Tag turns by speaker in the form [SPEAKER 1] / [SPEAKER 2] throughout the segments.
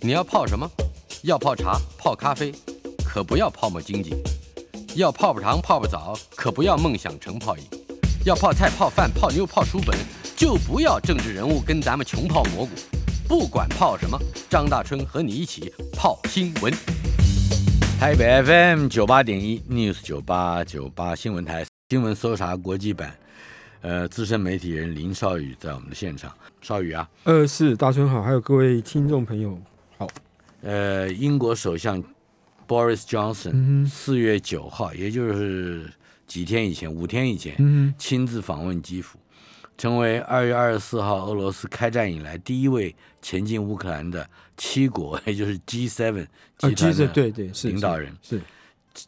[SPEAKER 1] 你要泡什么？要泡茶、泡咖啡，可不要泡沫经济；要泡泡糖、泡泡澡，可不要梦想成泡影；要泡菜、泡饭、泡妞、泡书本，就不要政治人物跟咱们穷泡蘑菇。不管泡什么，张大春和你一起泡新闻。
[SPEAKER 2] 台北 FM 九八点一 News 九八九八新闻台新闻搜查国际版，呃，资深媒体人林少宇在我们的现场。少宇啊，
[SPEAKER 3] 呃，是大春好，还有各位听众朋友，
[SPEAKER 2] 呃，英国首相 Boris Johnson
[SPEAKER 3] 嗯
[SPEAKER 2] 四月九号，也就是几天以前，五天以前，
[SPEAKER 3] 嗯
[SPEAKER 2] 亲自访问基辅，成为二月二十四号俄罗斯开战以来第一位前进乌克兰的七国，也就是 G7
[SPEAKER 3] 啊，
[SPEAKER 2] 集
[SPEAKER 3] 其
[SPEAKER 2] 团
[SPEAKER 3] 实
[SPEAKER 2] 的
[SPEAKER 3] 对对是
[SPEAKER 2] 领导人。
[SPEAKER 3] 是是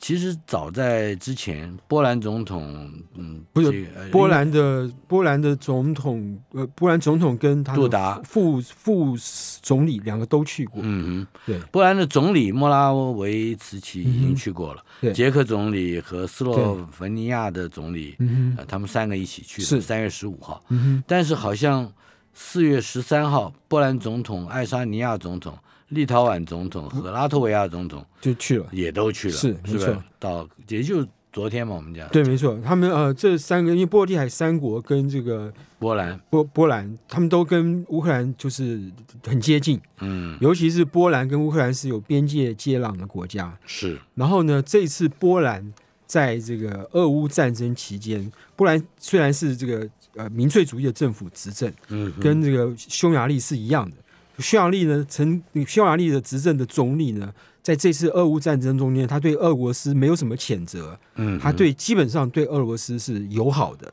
[SPEAKER 2] 其实早在之前，波兰总统，嗯，
[SPEAKER 3] 不是
[SPEAKER 2] 这个呃
[SPEAKER 3] 波兰的波兰的总统，呃，波兰总统跟他的
[SPEAKER 2] 杜达
[SPEAKER 3] 副副总理两个都去过，
[SPEAKER 2] 嗯哼，
[SPEAKER 3] 对
[SPEAKER 2] 波兰的总理莫拉维茨奇已
[SPEAKER 3] 嗯
[SPEAKER 2] 经
[SPEAKER 3] 哼
[SPEAKER 2] 去过了，
[SPEAKER 3] 对
[SPEAKER 2] 捷克总理和斯洛文尼亚的总理，
[SPEAKER 3] 嗯
[SPEAKER 2] 呃，他们三个一起去的，
[SPEAKER 3] 是
[SPEAKER 2] 三月十五号。
[SPEAKER 3] 哼嗯
[SPEAKER 2] 但是好像四月十三号，波兰总统、爱沙尼亚总统、立陶宛总统和拉脱维亚总统
[SPEAKER 3] 哼，就去了。
[SPEAKER 2] 也都去了，
[SPEAKER 3] 是
[SPEAKER 2] 是
[SPEAKER 3] 没错嗯
[SPEAKER 2] 吧？到也就昨天嘛，我们讲
[SPEAKER 3] 对，没错，他们呃，这三个因为波罗的海三国跟这个
[SPEAKER 2] 波兰，
[SPEAKER 3] 波波兰，他们都跟乌克兰就是很接近，
[SPEAKER 2] 嗯，
[SPEAKER 3] 尤其是波兰跟乌克兰是有边界接壤的国家。
[SPEAKER 2] 是
[SPEAKER 3] 然后呢，这次波兰在这个俄乌战争期间，波兰虽然是这个呃民粹主义的政府执政，
[SPEAKER 2] 嗯哼
[SPEAKER 3] 跟这个匈牙利是一样的。匈牙利呢，曾匈牙利的执政的总理呢，在这次俄乌战争中间，他对俄罗斯没有什么谴责，
[SPEAKER 2] 嗯哼
[SPEAKER 3] 他对基本上对俄罗斯是友好的。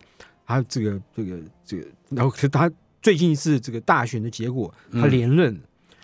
[SPEAKER 3] 他这个这个这个，然后可是他最近是这个大选的结果，他
[SPEAKER 2] 嗯
[SPEAKER 3] 连任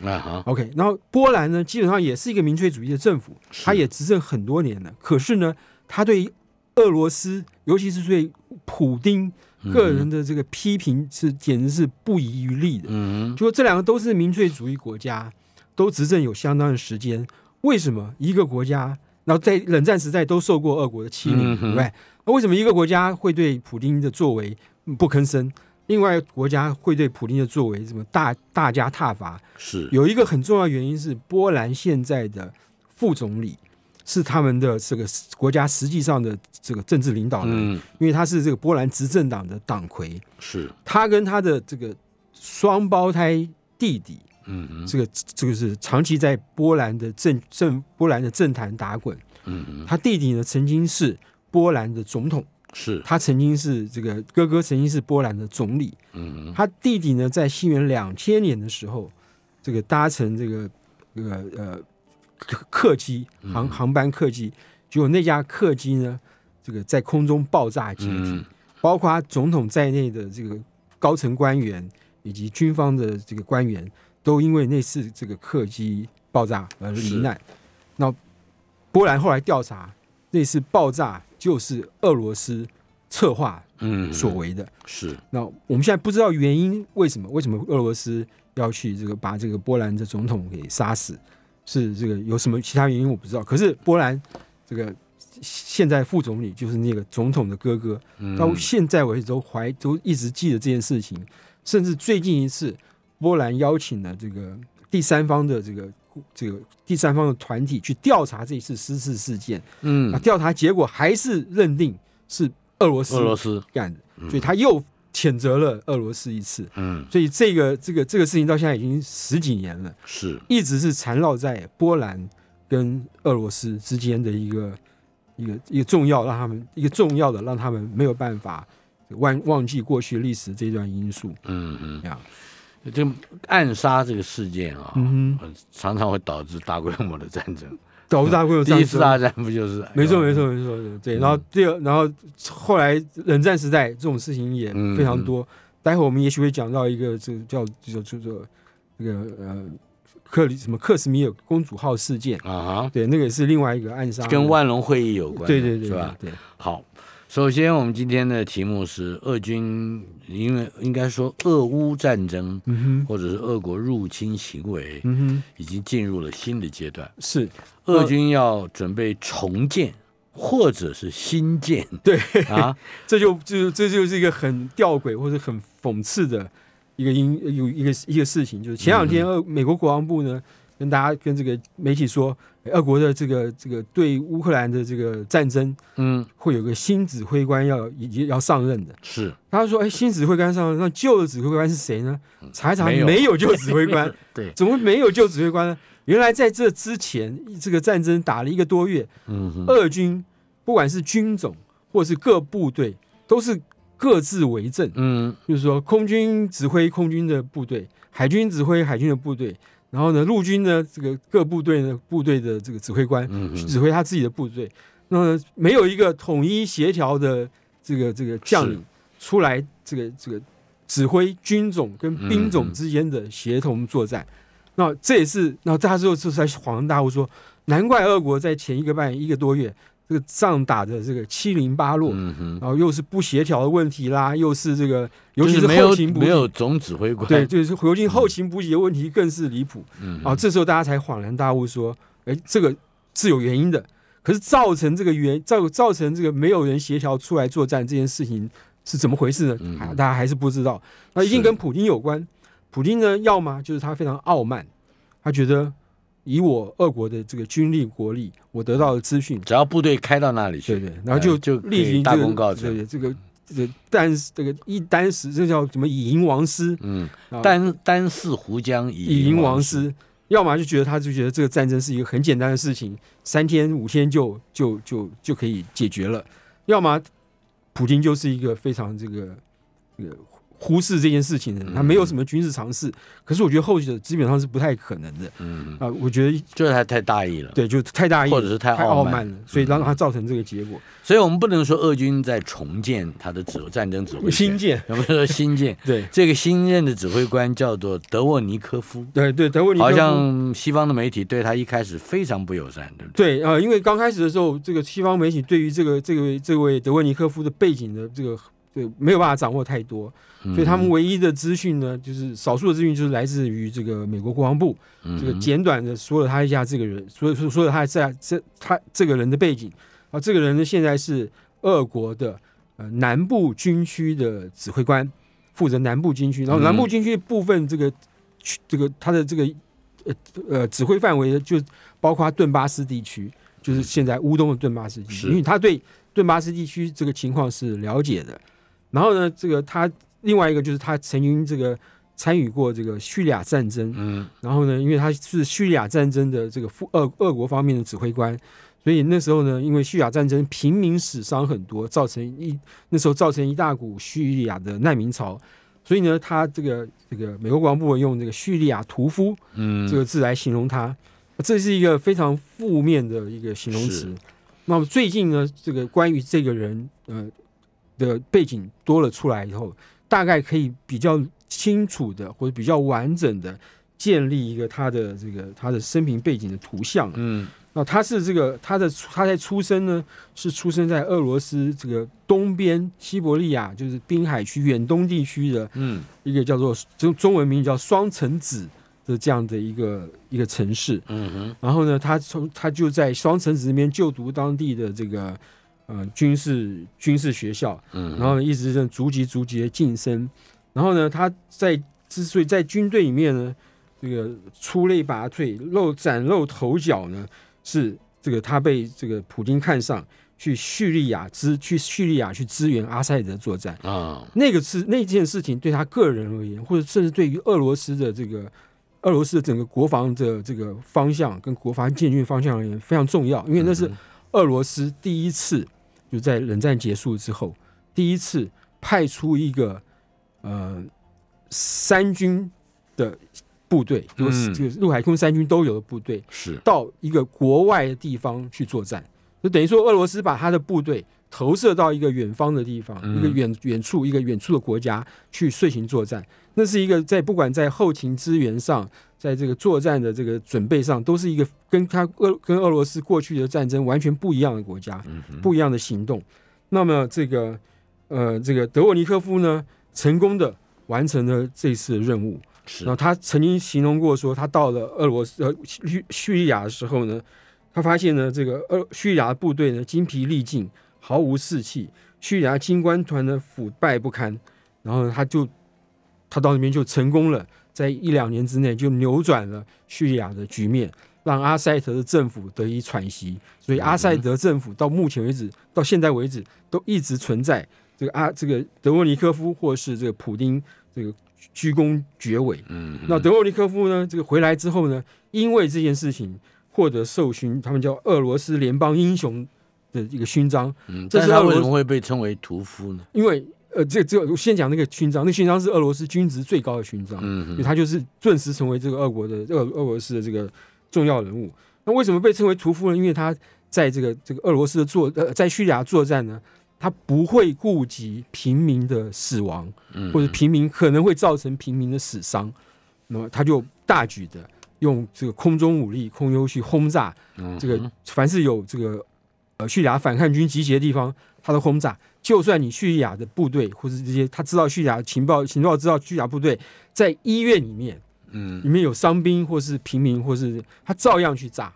[SPEAKER 3] 了。
[SPEAKER 2] 啊哈，
[SPEAKER 3] OK，然后波兰呢，基本上也是一个民粹主义的政府，
[SPEAKER 2] 是
[SPEAKER 3] 他也执政很多年了。可是呢，他对俄罗斯，尤其是对普丁
[SPEAKER 2] 嗯
[SPEAKER 3] 个人的这个批评是简直是不遗余力的。
[SPEAKER 2] 嗯哼，
[SPEAKER 3] 就说这两个都是民粹主义国家，都执政有相当的时间，为什么一个国家，然后在冷战时代都受过俄国的欺凌，
[SPEAKER 2] 嗯哼
[SPEAKER 3] 对不对？那为什么一个国家会对普丁的作为嗯不吭声？另外一个国家会对普丁的作为什么大大加挞伐？
[SPEAKER 2] 是
[SPEAKER 3] 有一个很重要的原因是，波兰现在的副总理是他们的这个国家实际上的这个政治领导人，
[SPEAKER 2] 嗯
[SPEAKER 3] 因为他是这个波兰执政党的党魁，
[SPEAKER 2] 是
[SPEAKER 3] 他跟他的这个双胞胎弟弟，
[SPEAKER 2] 嗯哼
[SPEAKER 3] 这个这个是长期在波兰的政政波兰的政坛打滚。
[SPEAKER 2] 嗯哼
[SPEAKER 3] 他弟弟呢，曾经是波兰的总统，
[SPEAKER 2] 是
[SPEAKER 3] 他曾经是这个哥哥曾经是波兰的总理，
[SPEAKER 2] 嗯哼
[SPEAKER 3] 他弟弟呢，在西元两千年的时候，这个搭乘这个这个呃客客机
[SPEAKER 2] 嗯
[SPEAKER 3] 航航班客机，结果那架客机呢，这个在空中爆炸解体，
[SPEAKER 2] 嗯
[SPEAKER 3] 包括总统在内的这个高层官员以及军方的这个官员，都因为那次这个客机爆炸而罹难。那波兰后来调查，那次爆炸就是俄罗斯策划
[SPEAKER 2] 嗯哼
[SPEAKER 3] 所为的。
[SPEAKER 2] 是
[SPEAKER 3] 那我们现在不知道原因，为什么？为什么俄罗斯要去这个把这个波兰的总统给杀死？是这个有什么其他原因我不知道。可是波兰这个现在副总理就是那个总统的哥哥，
[SPEAKER 2] 嗯
[SPEAKER 3] 到现在为止都怀都一直记得这件事情，甚至最近一次波兰邀请了这个第三方的这个这个第三方的团体去调查这一次失事事件，
[SPEAKER 2] 嗯
[SPEAKER 3] 啊，调查结果还是认定是俄罗斯
[SPEAKER 2] 俄罗斯
[SPEAKER 3] 干的，所以他又谴责了俄罗斯一次。
[SPEAKER 2] 嗯
[SPEAKER 3] 所以这个这个这个事情到现在已经十几年了，
[SPEAKER 2] 是
[SPEAKER 3] 一直是缠绕在波兰跟俄罗斯之间的一个一个一个重要让他们一个重要的让他们没有办法忘忘记过去历史这段因素。
[SPEAKER 2] 嗯哼。
[SPEAKER 3] 这样，
[SPEAKER 2] 这暗杀这个事件啊、
[SPEAKER 3] 嗯
[SPEAKER 2] 呃常常会导致大规模的战 争。
[SPEAKER 3] 导致大规模
[SPEAKER 2] 第
[SPEAKER 3] 战
[SPEAKER 2] 一次
[SPEAKER 3] 争。
[SPEAKER 2] 大战不就是？
[SPEAKER 3] 没错，没错，没错，对对。然后第二，然后后来冷战时代这种事情也非常多。待会我们也许会讲到一个这个叫叫叫做这个呃克里什么克什米尔公主号事件，
[SPEAKER 2] 啊
[SPEAKER 3] 对，那个也是另外一个暗杀
[SPEAKER 2] 哈，
[SPEAKER 3] 案，
[SPEAKER 2] 跟万隆会议有关的，
[SPEAKER 3] 对对对
[SPEAKER 2] 是
[SPEAKER 3] 对
[SPEAKER 2] 吧？
[SPEAKER 3] 对，
[SPEAKER 2] 好，首先我们今天的题目是俄军，因为应该说俄乌战争
[SPEAKER 3] 嗯哼，
[SPEAKER 2] 或者是俄国入侵行为
[SPEAKER 3] 嗯哼，
[SPEAKER 2] 已经进入了新的阶段，
[SPEAKER 3] 是
[SPEAKER 2] 俄军要准备重建或者是新建，
[SPEAKER 3] 对
[SPEAKER 2] 啊，
[SPEAKER 3] 这就就这就是一个很吊诡或者很呃讽刺的一个因有一个一个事情，就是前两天俄美国国防部呢跟大家跟这个媒体说，呃俄国的这个这个对乌克兰的这个战争
[SPEAKER 2] 嗯，
[SPEAKER 3] 会有个新指挥官要也要上任的。
[SPEAKER 2] 是
[SPEAKER 3] 他说：“哎，新指挥官上任，那旧的指挥官是谁呢？查一
[SPEAKER 2] 嗯
[SPEAKER 3] 查，
[SPEAKER 2] 没有
[SPEAKER 3] 没有旧指挥官，
[SPEAKER 2] 对，
[SPEAKER 3] 怎么没有旧指挥官呢？原来在这之前，这个战争打了一个多月，
[SPEAKER 2] 嗯哼，
[SPEAKER 3] 俄军不管是军种或是各部队，都是各自为政。
[SPEAKER 2] 嗯
[SPEAKER 3] 就是说，空军指挥空军的部队，海军指挥海军的部队，然后呢，陆军呢，这个各部队呢，部队的这个指挥官
[SPEAKER 2] 嗯
[SPEAKER 3] 去
[SPEAKER 2] 哼，
[SPEAKER 3] 指挥他自己的部队，那么没有一个统一协调的这个这个将领出来，这个这个指挥军种跟
[SPEAKER 2] 嗯
[SPEAKER 3] 兵
[SPEAKER 2] 嗯
[SPEAKER 3] 种之间的协同作战。那这也是，那大家之后就是在恍然大悟说，难怪俄国在前一个半一个多月，这个仗打的这个七零八落，
[SPEAKER 2] 嗯哼，
[SPEAKER 3] 然后又是不协调的问题啦，又是这个，尤
[SPEAKER 2] 就
[SPEAKER 3] 其
[SPEAKER 2] 是没
[SPEAKER 3] 后
[SPEAKER 2] 有
[SPEAKER 3] 勤补
[SPEAKER 2] 没
[SPEAKER 3] 给，
[SPEAKER 2] 有总指挥官，
[SPEAKER 3] 对，，就是尤其后勤补给的问题更是离谱
[SPEAKER 2] 嗯
[SPEAKER 3] 啊！这时候大家才恍然大悟，说，哎，这个是有原因的。可是造成这个原造造成这个没有人协调出来作战这件事情是怎么回事
[SPEAKER 2] 嗯
[SPEAKER 3] 呢？还大家还是不知道。那一定
[SPEAKER 2] 是
[SPEAKER 3] 跟普京有关。普京呢，要么就是他非常傲慢，他觉得以我俄国的这个军力国力，我得到的资讯
[SPEAKER 2] 只要部队开到那里去，
[SPEAKER 3] 对对，然后就
[SPEAKER 2] 呃就
[SPEAKER 3] 例
[SPEAKER 2] 可以
[SPEAKER 3] 行
[SPEAKER 2] 大
[SPEAKER 3] 这个
[SPEAKER 2] 功告成嗯
[SPEAKER 3] 对对，这个这个但是这个一箪食，这叫什么以赢王师，
[SPEAKER 2] 嗯，
[SPEAKER 3] 啊
[SPEAKER 2] 单单是湖江以
[SPEAKER 3] 以赢王
[SPEAKER 2] 师，
[SPEAKER 3] 师。要么就觉得他就觉得这个战争是一个很简单的事情，三天五天就就就就可以解决了；要么普京就是一个非常这个这个忽视这件事情
[SPEAKER 2] 嗯
[SPEAKER 3] 的人，他没有什么军事常识。可是我觉得后者基本上是不太可能的
[SPEAKER 2] 嗯，
[SPEAKER 3] 啊、我觉得
[SPEAKER 2] 就是他太大意了，，
[SPEAKER 3] 对，就太大意
[SPEAKER 2] 或者是太
[SPEAKER 3] 太傲
[SPEAKER 2] 慢，
[SPEAKER 3] 慢了，所以让他造成这个结果。
[SPEAKER 2] 所以我们不能说俄军在重建他的指战争指挥
[SPEAKER 3] 新
[SPEAKER 2] 权，
[SPEAKER 3] 建
[SPEAKER 2] 我们说新建。
[SPEAKER 3] 对
[SPEAKER 2] 这个新任的指挥官叫做德沃尼科夫，
[SPEAKER 3] 对对，德国尼
[SPEAKER 2] 好
[SPEAKER 3] 科夫
[SPEAKER 2] 像西方的媒体对他一开始非常不友善，对不对？
[SPEAKER 3] 对啊、呃因为刚开始的时候，这个西方媒体对于这个这位这位德维尼科夫的背景的这个对没有办法掌握太多，所以他们唯一的资讯呢，就是少数的资讯就是来自于这个美国国防部，
[SPEAKER 2] 嗯
[SPEAKER 3] 这个简短的说了他一下这个人，说说说了他在这他这个人的背景啊，这个人呢现在是俄国的呃南部军区的指挥官，负责南部军区，然后
[SPEAKER 2] 嗯
[SPEAKER 3] 南部军区部分这个区这个他的这个呃呃指挥范围就包括顿巴斯地区，就是现在乌东的顿巴斯地
[SPEAKER 2] 嗯是
[SPEAKER 3] 区，因为他对顿巴斯地区这个情况是了解的。然后呢，这个他另外一个就是他曾经这个参与过这个叙利亚战争，
[SPEAKER 2] 嗯
[SPEAKER 3] 然后呢，因为他是叙利亚战争的这个负俄俄国方面的指挥官，所以那时候呢，因为叙利亚战争平民死伤很多，造成一那时候造成一大股叙利亚的难民潮，所以呢，他这个这个美国国防部用这个叙利亚屠夫
[SPEAKER 2] 嗯，
[SPEAKER 3] 这个字来形容它，这是一个非常负面的一个形容
[SPEAKER 2] 是
[SPEAKER 3] 词。那么最近呢，这个关于这个人呃的背景多了出来以后，大概可以比较清楚的或者比较完整的建立一个他的这个他的生平背景的图像。
[SPEAKER 2] 嗯
[SPEAKER 3] 那他是这个他的他在出生呢是出生在俄罗斯这个东边西伯利亚，就是滨海区远东地区的
[SPEAKER 2] 嗯
[SPEAKER 3] 一个叫做中中文名叫双城子的这样的一个一个城市。
[SPEAKER 2] 嗯哼，
[SPEAKER 3] 然后呢，他从他就在双城子那边就读当地的这个呃军事军事学校，
[SPEAKER 2] 嗯
[SPEAKER 3] 然后呢一直这逐级逐级的晋升。然后呢，他在之所以在军队里面呢，这个出类拔萃、露崭露头角呢，是这个他被这个普京看上，去叙利亚支去叙利亚去支援阿塞德作战。
[SPEAKER 2] 啊，
[SPEAKER 3] 那个是那件事情对他个人而言，或者甚至对于俄罗斯的这个俄罗斯的整个国防的这个方向跟国防建军方向而言非常重要，因为那是俄罗斯第一次就在冷战结束之后，第一次派出一个呃三军的部队，就是
[SPEAKER 2] 嗯
[SPEAKER 3] 这个陆海空三军都有的部队，
[SPEAKER 2] 是
[SPEAKER 3] 到一个国外的地方去作战，就等于说俄罗斯把他的部队投射到一个远方的地方，
[SPEAKER 2] 嗯
[SPEAKER 3] 一个远远处一个远处的国家去遂行作战。那是一个在不管在后勤资源上，在这个作战的这个准备上，都是一个跟他俄跟俄罗斯过去的战争完全不一样的国家。
[SPEAKER 2] 嗯哼
[SPEAKER 3] 不一样的行动。那么这个呃，这个德沃尼科夫呢，成功的完成了这次的任务。
[SPEAKER 2] 是
[SPEAKER 3] 然后他曾经形容过说，他到了俄罗斯呃叙叙利亚的时候呢，他发现呢，这个俄呃叙利亚的部队呢精疲力尽，毫无士气，叙利亚军官团呢腐败不堪。然后他就他到那边就成功了，在一两年之内就扭转了叙利亚的局面，让阿塞德的政府得以喘息。所以阿塞德政府到目前为止，到现在为止都一直存在这个阿这个德沃尼科夫或是这个普丁这个居功厥伟。
[SPEAKER 2] 嗯
[SPEAKER 3] 那德沃尼科夫呢，这个回来之后呢，因为这件事情获得授勋，他们叫俄罗斯联邦英雄的一个勋章。
[SPEAKER 2] 嗯，
[SPEAKER 3] 这
[SPEAKER 2] 但
[SPEAKER 3] 是
[SPEAKER 2] 他
[SPEAKER 3] 俄罗
[SPEAKER 2] 为
[SPEAKER 3] 斯
[SPEAKER 2] 什么会被称为屠夫呢？
[SPEAKER 3] 因为呃，这这我先讲那个勋章，那勋章是俄罗斯军职最高的勋章，因
[SPEAKER 2] 嗯
[SPEAKER 3] 为他就是顿时成为这个俄国的俄俄罗斯的这个重要人物。那为什么被称为屠夫呢？因为他在这个这个俄罗斯的作呃在叙利亚作战呢，他不会顾及平民的死亡，
[SPEAKER 2] 嗯
[SPEAKER 3] 或者平民可能会造成平民的死伤，那么他就大举的用这个空中武力、空优去轰炸
[SPEAKER 2] 嗯
[SPEAKER 3] 这个凡是有这个呃叙利亚反叛军集结的地方，他都轰炸。就算你叙利亚的部队或是这些，他知道叙利亚情报情报知道叙利亚部队在医院里面，
[SPEAKER 2] 嗯
[SPEAKER 3] 里面有伤兵或是平民，或是他照样去炸，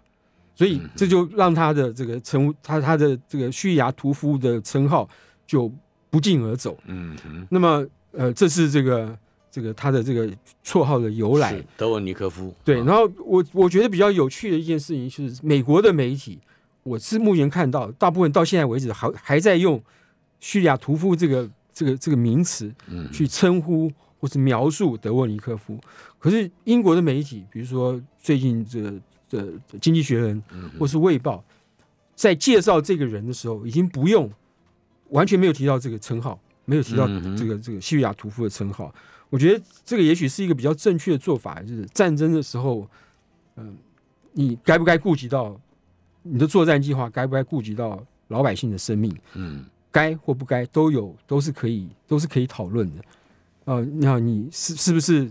[SPEAKER 3] 所以
[SPEAKER 2] 嗯
[SPEAKER 3] 这就让他的这个称呼，他他的这个叙利亚屠夫的称号就不胫而走。
[SPEAKER 2] 嗯嗯，
[SPEAKER 3] 那么呃，这是这个这个他的这个绰号的由来
[SPEAKER 2] 是。德沃尼科夫
[SPEAKER 3] 对，
[SPEAKER 2] 啊
[SPEAKER 3] 然后我我觉得比较有趣的一件事情就是，美国的媒体，我是目前看到大部分到现在为止还还在用叙利亚屠夫这个这个这个名词
[SPEAKER 2] 嗯
[SPEAKER 3] 去称呼或是描述德沃尼科夫。可是英国的媒体，比如说最近这个这《经济学人》
[SPEAKER 2] 嗯
[SPEAKER 3] 或是《卫报》，在介绍这个人的时候，已经不用完全没有提到这个称号，没有提到
[SPEAKER 2] 嗯哼
[SPEAKER 3] 这个这个叙利亚屠夫的称号。我觉得这个也许是一个比较正确的做法，就是战争的时候，嗯、你该不该顾及到你的作战计划，该不该顾及到老百姓的生命？
[SPEAKER 2] 嗯
[SPEAKER 3] 该或不该都有，都是可以，都是可以讨论的。呃，那你是是不是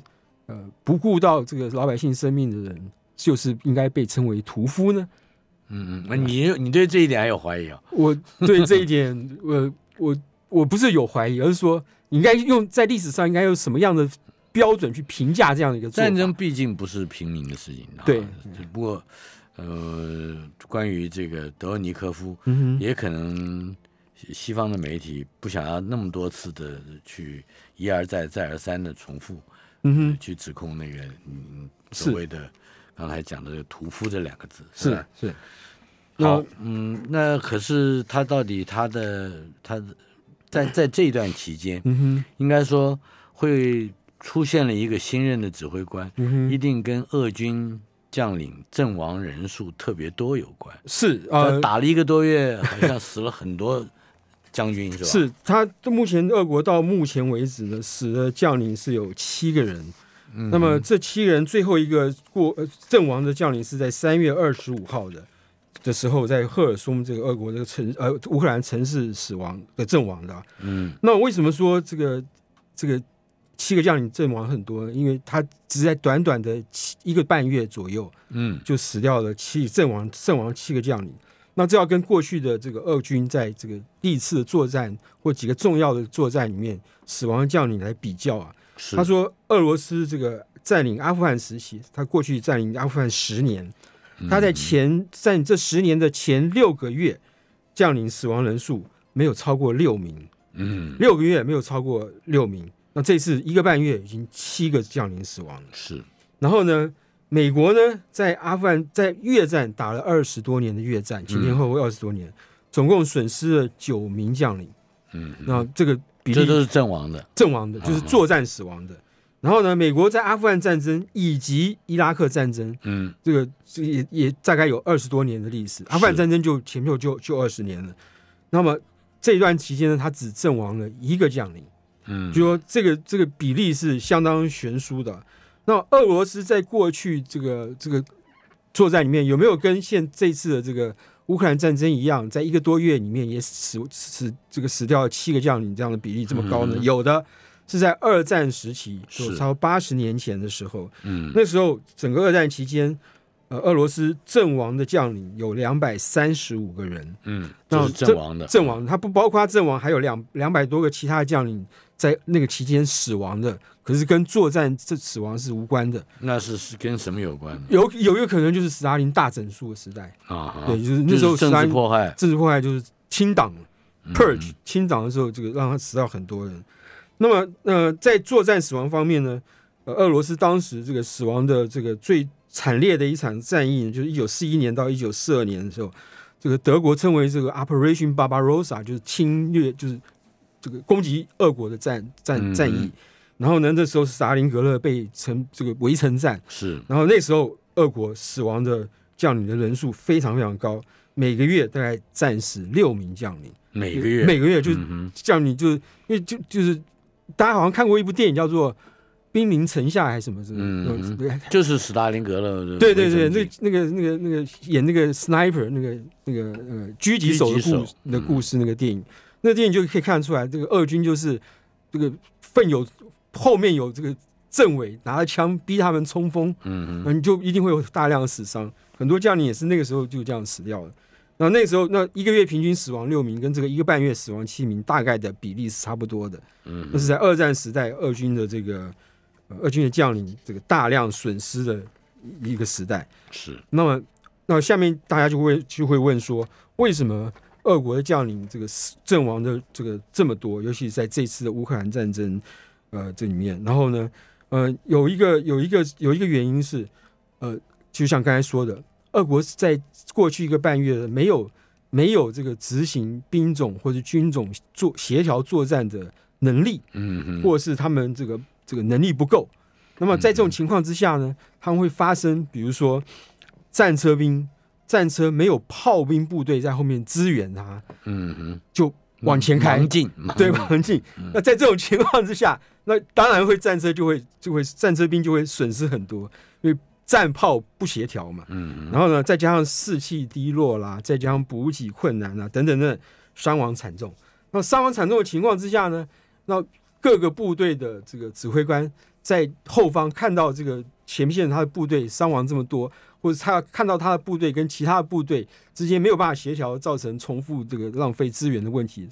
[SPEAKER 3] 呃不顾到这个老百姓生命的人，就是应该被称为屠夫呢？
[SPEAKER 2] 嗯嗯，那你你对这一点还有怀疑啊？
[SPEAKER 3] 我对这一点，我我我不是有怀疑，而是说你应该用在历史上应该用什么样的标准去评价这样的一个做法
[SPEAKER 2] 战争毕竟不是平民的事情，啊
[SPEAKER 3] 对，
[SPEAKER 2] 只不过呃，关于这个德沃尼科夫，
[SPEAKER 3] 嗯哼，
[SPEAKER 2] 也可能西西方的媒体不想要那么多次的去一而再、再而三的重复，呃
[SPEAKER 3] 嗯哼，
[SPEAKER 2] 去指控那个嗯
[SPEAKER 3] 是
[SPEAKER 2] 所谓的刚才讲的这个“屠夫”这两个字
[SPEAKER 3] 是
[SPEAKER 2] 吧
[SPEAKER 3] 啊是。
[SPEAKER 2] 好
[SPEAKER 3] 那，
[SPEAKER 2] 嗯，那可是他到底他的他的在在这段期间，
[SPEAKER 3] 嗯哼，
[SPEAKER 2] 应该说会出现了一个新任的指挥官，
[SPEAKER 3] 嗯哼，
[SPEAKER 2] 一定跟俄军将领阵亡人数特别多有关。
[SPEAKER 3] 是啊。
[SPEAKER 2] 他打了一个多月，好像死了很多将军，是吧？
[SPEAKER 3] 是他目前俄国到目前为止呢，死的将领是有七个人。那么这七个人最后一个过呃阵亡的将领是在三月二十五号的的时候，在赫尔松这个俄国这个城呃乌克兰城市死亡的阵亡的啊。
[SPEAKER 2] 嗯，
[SPEAKER 3] 那我为什么说这个这个七个将领阵亡很多呢？因为他只在短短的七一个半月左右，
[SPEAKER 2] 嗯
[SPEAKER 3] 就死掉了七阵亡阵亡七个将领。那这要跟过去的这个俄军在这个历次的作战或几个重要的作战里面死亡的将领来比较啊。
[SPEAKER 2] 是
[SPEAKER 3] 他说，俄罗斯这个占领阿富汗时期，他过去占领阿富汗十年，
[SPEAKER 2] 嗯
[SPEAKER 3] 他在前占这十年的前六个月，将领死亡人数没有超过六名，
[SPEAKER 2] 嗯
[SPEAKER 3] 六个月没有超过六名。那这次一个半月已经七个将领死亡了。
[SPEAKER 2] 是
[SPEAKER 3] 然后呢，美国呢在阿富汗在越战打了二十多年的越战，前前后后二十多年，总共损失了九名将领。
[SPEAKER 2] 嗯，
[SPEAKER 3] 那这个比
[SPEAKER 2] 这都
[SPEAKER 3] 例
[SPEAKER 2] 是啊阵亡的，
[SPEAKER 3] 阵亡的，就是作战死亡的。然后呢，美国在阿富汗战争以及伊拉克战争，
[SPEAKER 2] 嗯
[SPEAKER 3] 这个这个也也大概有二十多年的历史。阿富汗战争就前面就就二十年了。那么这段期间呢，他只阵亡了一个将领。
[SPEAKER 2] 嗯
[SPEAKER 3] 就说这个这个比例是相当悬殊的。那俄罗斯在过去这个这个作战里面，有没有跟现这次的这个乌克兰战争一样，在一个多月里面也死死这个死掉了七个将领这样的比例这么高呢？
[SPEAKER 2] 嗯
[SPEAKER 3] 有的是在二战时期，
[SPEAKER 2] 是
[SPEAKER 3] 就超八十年前的时候，
[SPEAKER 2] 嗯
[SPEAKER 3] 那时候整个二战期间，呃，俄罗斯阵亡的将领有两百三十五个人。
[SPEAKER 2] 嗯，
[SPEAKER 3] 那
[SPEAKER 2] 这是阵亡的，
[SPEAKER 3] 阵亡，它不包括阵亡，还有两两百多个其他的将领在那个期间死亡的，可是跟作战这死亡是无关的。
[SPEAKER 2] 那是是跟什么有关的
[SPEAKER 3] 有有一个可能就是斯大林大整数的时代，
[SPEAKER 2] 啊？哈
[SPEAKER 3] 对，就是那
[SPEAKER 2] 就
[SPEAKER 3] 时候
[SPEAKER 2] 是
[SPEAKER 3] 斯
[SPEAKER 2] 政
[SPEAKER 3] 大
[SPEAKER 2] 治
[SPEAKER 3] 林
[SPEAKER 2] 迫害
[SPEAKER 3] 政治迫害就是清党
[SPEAKER 2] 嗯
[SPEAKER 3] purge 清党的时候，这个让他死掉很多人。那么，呃，在作战死亡方面呢，呃，俄罗斯当时这个死亡的这个最惨烈的一场战役呢，就是一九四一年到一九四二年的时候，这个德国称为这个 Operation Barbarossa，就是侵略，就是这个攻击俄国的战
[SPEAKER 2] 嗯
[SPEAKER 3] 战战役。
[SPEAKER 2] 嗯
[SPEAKER 3] 然后呢，那时候斯大林格勒被城这个围城战，
[SPEAKER 2] 是
[SPEAKER 3] 然后那时候俄国死亡的将领的人数非常非常高，每个月大概战死六名将领，
[SPEAKER 2] 每个月
[SPEAKER 3] 每个月就是
[SPEAKER 2] 嗯
[SPEAKER 3] 叫你就是因为就就是大家好像看过一部电影叫做《兵临城下》还是什么什么，
[SPEAKER 2] 嗯
[SPEAKER 3] 嗯
[SPEAKER 2] 哼、就是斯大林格勒的
[SPEAKER 3] 对对对，
[SPEAKER 2] 围城
[SPEAKER 3] 那
[SPEAKER 2] 记
[SPEAKER 3] 那个那个那个演那个 sniper 那个那个呃狙击手的
[SPEAKER 2] 狙
[SPEAKER 3] 故
[SPEAKER 2] 击手嗯
[SPEAKER 3] 的故事那个电影，那个电影就可以看出来，这个俄军就是这个奋有后面有这个政委拿着枪逼他们冲锋，
[SPEAKER 2] 嗯哼
[SPEAKER 3] 嗯，你就一定会有大量的死伤，很多将领也是那个时候就这样死掉了。然后那时候，那一个月平均死亡六名，跟这个一个半月死亡七名，大概的比例是差不多的。
[SPEAKER 2] 嗯
[SPEAKER 3] 那是在二战时代，俄军的这个、呃俄军的将领这个大量损失的一个时代。
[SPEAKER 2] 是
[SPEAKER 3] 那么，那下面大家就会就会问说，为什么俄国的将领这个死阵亡的这个这么多？尤其是在这次的乌克兰战争，呃，这里面，然后呢，呃，有一个有一个有一个原因是，呃，就像刚才说的，俄国是在过去一个半月没有没有这个执行兵种或者军种作协调作战的能力，
[SPEAKER 2] 嗯哼
[SPEAKER 3] 或是他们这个这个能力不够。那么在这
[SPEAKER 2] 嗯
[SPEAKER 3] 种情况之下呢，他们会发生，比如说战车兵，战车没有炮兵部队在后面支援他，
[SPEAKER 2] 嗯哼
[SPEAKER 3] 就往前开
[SPEAKER 2] 盲，进盲
[SPEAKER 3] 对
[SPEAKER 2] 进
[SPEAKER 3] 吧？很近。
[SPEAKER 2] 嗯
[SPEAKER 3] 那在这种情况之下，那当然会战车就会就会战车兵就会损失很多，因为战炮不协调嘛。
[SPEAKER 2] 嗯
[SPEAKER 3] 然后呢，再加上士气低落啦，再加上补给困难啊啦，等等等等，伤亡惨重。那伤亡惨重的情况之下呢，那各个部队的这个指挥官在后方看到这个前线他的部队伤亡这么多，或者他看到他的部队跟其他的部队之间没有办法协调，造成重复这个浪费资源的问题，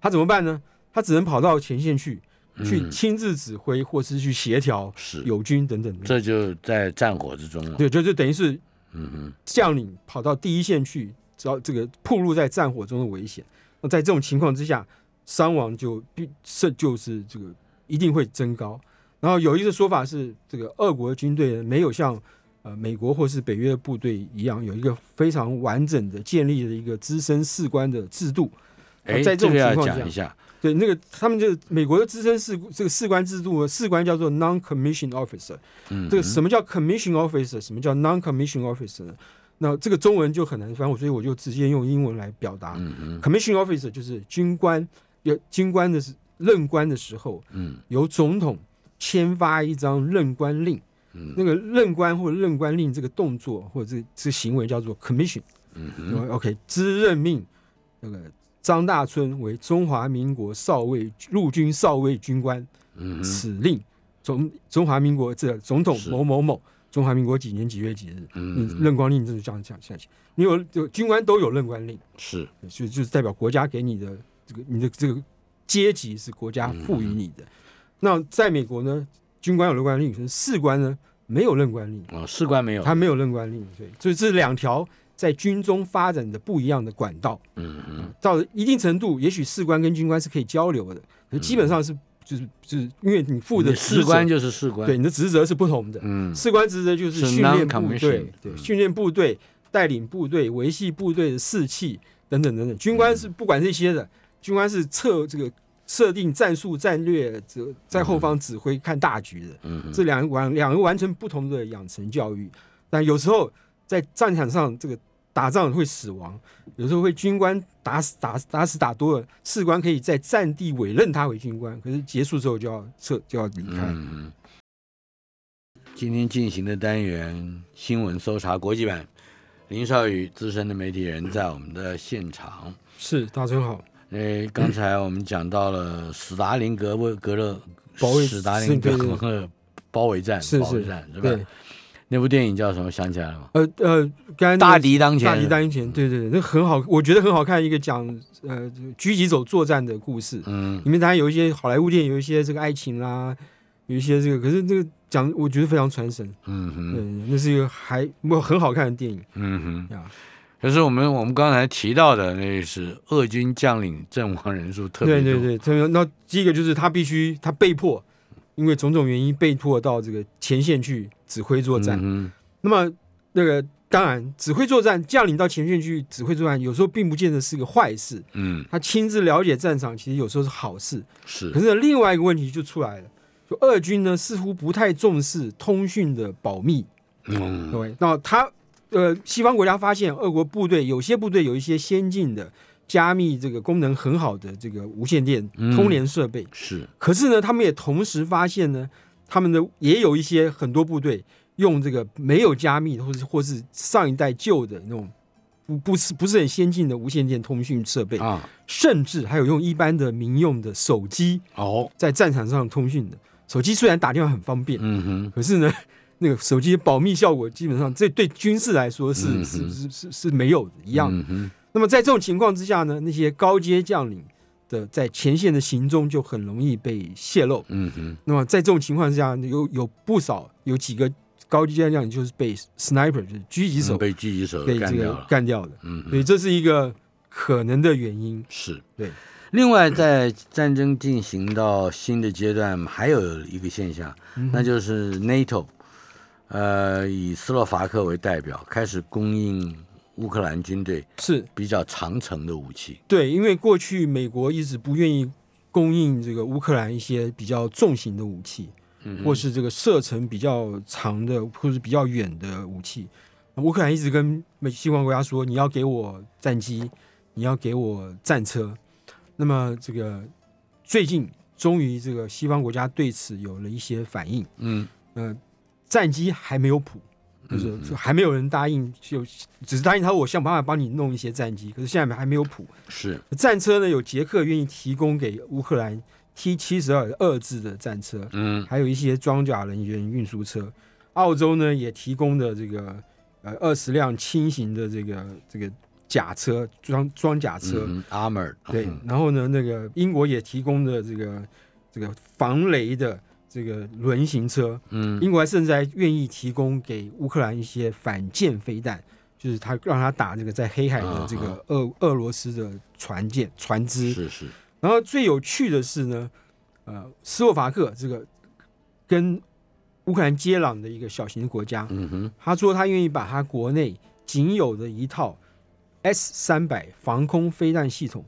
[SPEAKER 3] 他怎么办呢？他只能跑到前线去，去
[SPEAKER 2] 嗯
[SPEAKER 3] 亲自指挥或是去协调
[SPEAKER 2] 是
[SPEAKER 3] 友军等等的。
[SPEAKER 2] 这就在战火之中了
[SPEAKER 3] 对，就就等于是
[SPEAKER 2] 嗯哼
[SPEAKER 3] 将领跑到第一线去，只要这个暴露在战火中的危险。那在这种情况之下，伤亡就必是就是这个一定会增高。然后有一个说法是，这个俄国军队没有像呃美国或是北约部队一样有一个非常完整的建立的一个资深士官的制度。
[SPEAKER 2] 哎
[SPEAKER 3] 在这种
[SPEAKER 2] 个要
[SPEAKER 3] 情况
[SPEAKER 2] 讲
[SPEAKER 3] 下
[SPEAKER 2] 一下
[SPEAKER 3] 对，那个他们就美国的资深士这个士官制度呢，士官叫做 non-commissioned officer。
[SPEAKER 2] 嗯
[SPEAKER 3] 这个什么叫 commission officer，什么叫 non-commission officer 呢？那这个中文就很难翻，我所以我就直接用英文来表达。
[SPEAKER 2] 嗯哼
[SPEAKER 3] commission officer 就是军官，有军官的时任官的时候，
[SPEAKER 2] 嗯
[SPEAKER 3] 由总统签发一张任官令。
[SPEAKER 2] 嗯
[SPEAKER 3] 那个任官或者任官令这个动作或者这这行为叫做 commission。
[SPEAKER 2] 嗯哼
[SPEAKER 3] 嗯、OK，兹任命那个张大春为中华民国少尉陆军少尉军官。
[SPEAKER 2] 嗯哼
[SPEAKER 3] 此令中中华民国这总统
[SPEAKER 2] 是
[SPEAKER 3] 某某某，中华民国几年几月几日，
[SPEAKER 2] 嗯
[SPEAKER 3] 你
[SPEAKER 2] 哼
[SPEAKER 3] 任官令就是这样讲下去。你有有军官都有任官令，
[SPEAKER 2] 是
[SPEAKER 3] 就就是代表国家给你的这个你的这个阶级是国家
[SPEAKER 2] 嗯
[SPEAKER 3] 赋予你的。那在美国呢，军官有任官令，可是士官呢没有任官令，
[SPEAKER 2] 哦士官没有
[SPEAKER 3] 他没有任官令，所以所以这两条在军中发展的不一样的管道。
[SPEAKER 2] 嗯哼
[SPEAKER 3] 到一定程度，也许士官跟军官是可以交流的，可是基本上是就是就是因为你负的
[SPEAKER 2] 你嗯士官就是士官
[SPEAKER 3] 对你的职责是不同的。
[SPEAKER 2] 嗯
[SPEAKER 3] 士官职责就是
[SPEAKER 2] 是
[SPEAKER 3] 训练部
[SPEAKER 2] non-commissioned，
[SPEAKER 3] 队，对，
[SPEAKER 2] 嗯
[SPEAKER 3] 训练部队、带领部队、维系部队的士气等等等等。军官是
[SPEAKER 2] 嗯
[SPEAKER 3] 不管这些的，军官是策这个设定战术、战略，这在后方指挥、看大局的。
[SPEAKER 2] 嗯哼
[SPEAKER 3] 这两个完两个完全不同的养成教育。但有时候在战场上，这个打仗会死亡，有时候会军官打死打打死打多了，士官可以在战地委任他为军官，可是结束之后就要撤就要离开。
[SPEAKER 2] 嗯，今天进行的单元新闻搜查国际版，林少宇资深的媒体人在我们的现场。
[SPEAKER 3] 是大春好，
[SPEAKER 2] 呃，刚才我们讲到了斯大林格勒格勒
[SPEAKER 3] 保卫
[SPEAKER 2] 斯大林格勒包围战，
[SPEAKER 3] 是
[SPEAKER 2] 包围
[SPEAKER 3] 是
[SPEAKER 2] 战是吧
[SPEAKER 3] 对？，
[SPEAKER 2] 那部电影叫什么？想起来了吗？
[SPEAKER 3] 呃呃，刚才那个
[SPEAKER 2] 大敌当前，
[SPEAKER 3] 大敌当
[SPEAKER 2] 嗯
[SPEAKER 3] 前，对对对，那很好，我觉得很好看一个讲呃狙击手作战的故事。
[SPEAKER 2] 嗯
[SPEAKER 3] 里面当然有一些好莱坞电影，有一些这个爱情啦，有一些这个，可是这个讲我觉得非常传神。
[SPEAKER 2] 嗯哼
[SPEAKER 3] 对，那是一个还不很好看的电影
[SPEAKER 2] 嗯哼。
[SPEAKER 3] 呀。
[SPEAKER 2] 可是我们我们刚才提到的，那是俄军将领阵亡人数特别
[SPEAKER 3] 对
[SPEAKER 2] 多，
[SPEAKER 3] 对对，特别那第一个就是他必须他被迫因为种种原因被迫到这个前线去指挥作战。
[SPEAKER 2] 嗯
[SPEAKER 3] 那么那个当然，指挥作战将领到前线去指挥作战，有时候并不见得是个坏事。
[SPEAKER 2] 哼嗯，
[SPEAKER 3] 他亲自了解战场，其实有时候是好事。
[SPEAKER 2] 是
[SPEAKER 3] 可是另外一个问题就出来了，就俄军呢似乎不太重视通讯的保密。
[SPEAKER 2] 嗯
[SPEAKER 3] 对，那他呃，西方国家发现俄国部队有些部队有一些先进的加密这个功能很好的这个无线电
[SPEAKER 2] 嗯
[SPEAKER 3] 通联设备，
[SPEAKER 2] 是
[SPEAKER 3] 可是呢，他们也同时发现呢，他们的也有一些很多部队用这个没有加密，或是或是上一代旧的那种不不是不是很先进的无线电通讯设备，
[SPEAKER 2] 啊
[SPEAKER 3] 甚至还有用一般的民用的手机
[SPEAKER 2] 哦
[SPEAKER 3] 在战场上通讯的。手机虽然打电话很方便，
[SPEAKER 2] 嗯哼
[SPEAKER 3] 可是呢， 那个手机保密效果基本上这对军事来说是、
[SPEAKER 2] 嗯哼
[SPEAKER 3] 是是是是没有的一
[SPEAKER 2] 一
[SPEAKER 3] 样的。
[SPEAKER 2] 嗯哼
[SPEAKER 3] 那么在这种情况之下呢，那些高阶将领的在前线的行踪就很容易被泄露。
[SPEAKER 2] 嗯哼
[SPEAKER 3] 那么在这种情况之下，有有不少有几个高级将领就是被 sniper 就是狙击手
[SPEAKER 2] 嗯被狙击手
[SPEAKER 3] 被
[SPEAKER 2] 干
[SPEAKER 3] 这
[SPEAKER 2] 掉
[SPEAKER 3] 个
[SPEAKER 2] 了，
[SPEAKER 3] 干掉的，
[SPEAKER 2] 嗯
[SPEAKER 3] 所
[SPEAKER 2] 哼
[SPEAKER 3] 以这是一个可能的原因。
[SPEAKER 2] 是
[SPEAKER 3] 对。
[SPEAKER 2] 另外，在战争进行到新的阶段，还有一个现象，
[SPEAKER 3] 嗯
[SPEAKER 2] 那就是 NATO，呃，以斯洛伐克为代表，开始供应乌克兰军队
[SPEAKER 3] 是
[SPEAKER 2] 比较长程的武器。
[SPEAKER 3] 对，因为过去美国一直不愿意供应这个乌克兰一些比较重型的武器，
[SPEAKER 2] 嗯
[SPEAKER 3] 或是这个射程比较长的，或是比较远的武器。那乌克兰一直跟美西方国家说，你要给我战机，你要给我战车。那么这个最近终于这个西方国家对此有了一些反应，
[SPEAKER 2] 嗯
[SPEAKER 3] 呃，战机还没有谱，就是
[SPEAKER 2] 嗯
[SPEAKER 3] 就还没有人答应，就只是答应他我想办法帮你弄一些战机，可是现在还没有谱。
[SPEAKER 2] 是
[SPEAKER 3] 战车呢，有捷克愿意提供给乌克兰 T 七十二二制的战车，
[SPEAKER 2] 嗯
[SPEAKER 3] 还有一些装甲人员运输车。澳洲呢也提供的这个呃二十辆轻型的这个这个甲车装装甲车，
[SPEAKER 2] 嗯 armor
[SPEAKER 3] 对，然后呢那个英国也提供的这个这个防雷的这个轮型车，
[SPEAKER 2] 嗯
[SPEAKER 3] 英国还甚至还愿意提供给乌克兰一些反舰飞弹。就是他让他打这个在黑海的这个俄、俄罗斯的船舰船只，
[SPEAKER 2] 啊是是
[SPEAKER 3] 然后最有趣的是呢，呃，斯洛伐克这个跟乌克兰接壤的一个小型国家，
[SPEAKER 2] 嗯哼
[SPEAKER 3] 他说他愿意把他国内仅有的一套 S 三百防空飞弹系统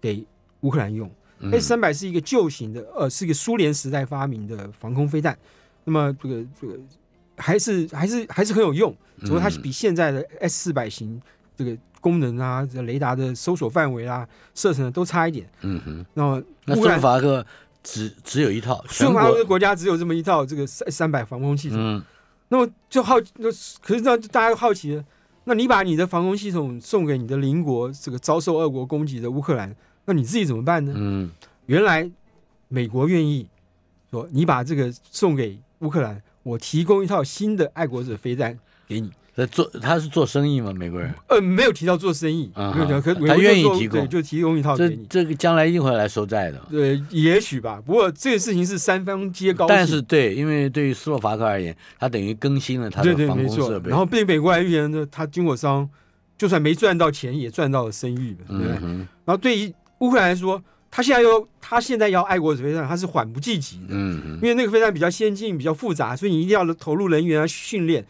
[SPEAKER 3] 给乌克兰用。
[SPEAKER 2] 嗯
[SPEAKER 3] S 三百是一个旧型的，呃，是一个苏联时代发明的防空飞弹。那么这个这个还是还是还是很有用，只不过它
[SPEAKER 2] 嗯
[SPEAKER 3] 是比现在的 S 四百型这个功能啊、这雷达的搜索范围啊、射程啊都差一点。
[SPEAKER 2] 嗯哼。
[SPEAKER 3] 那么
[SPEAKER 2] 那
[SPEAKER 3] 乌
[SPEAKER 2] 斯
[SPEAKER 3] 克
[SPEAKER 2] 洛
[SPEAKER 3] 兰
[SPEAKER 2] 伐克只只有一套，
[SPEAKER 3] 斯
[SPEAKER 2] 全
[SPEAKER 3] 洛伐克这个
[SPEAKER 2] 国
[SPEAKER 3] 国家只有这么一套这个三三百防空系统，
[SPEAKER 2] 嗯
[SPEAKER 3] 那么就好，那可是让大家好奇了，那你把你的防空系统送给你的邻国这个遭受俄国攻击的乌克兰，那你自己怎么办呢？
[SPEAKER 2] 嗯
[SPEAKER 3] 原来美国愿意说你把这个送给乌克兰，我提供一套新的爱国者飞弹给你。
[SPEAKER 2] 在做他是做生意吗？美国人
[SPEAKER 3] 呃，没有提到做生意，
[SPEAKER 2] 啊哈
[SPEAKER 3] 没有提到，可
[SPEAKER 2] 他
[SPEAKER 3] 美国就
[SPEAKER 2] 愿意
[SPEAKER 3] 说
[SPEAKER 2] 提供
[SPEAKER 3] 对，就提供一套
[SPEAKER 2] 这
[SPEAKER 3] 给你。
[SPEAKER 2] 这个将来一定会来收债的。
[SPEAKER 3] 呃，也许吧，不过这个事情是三方皆高兴，
[SPEAKER 2] 但是对，因为对于斯洛伐克而言，他等于更新了他
[SPEAKER 3] 对
[SPEAKER 2] 的
[SPEAKER 3] 对，
[SPEAKER 2] 防
[SPEAKER 3] 没
[SPEAKER 2] 空
[SPEAKER 3] 错
[SPEAKER 2] 设。备。
[SPEAKER 3] 然后被美国来预言呢，他军火商就算没赚到钱，也赚到了声誉嘛，对不对？
[SPEAKER 2] 嗯哼
[SPEAKER 3] 然后对于乌克兰来说，他现在要他现在要爱国者飞弹，他是缓不济急的，
[SPEAKER 2] 嗯哼
[SPEAKER 3] 因为那个飞弹比较先进、比较复杂，所以你一定要投入人员啊训练。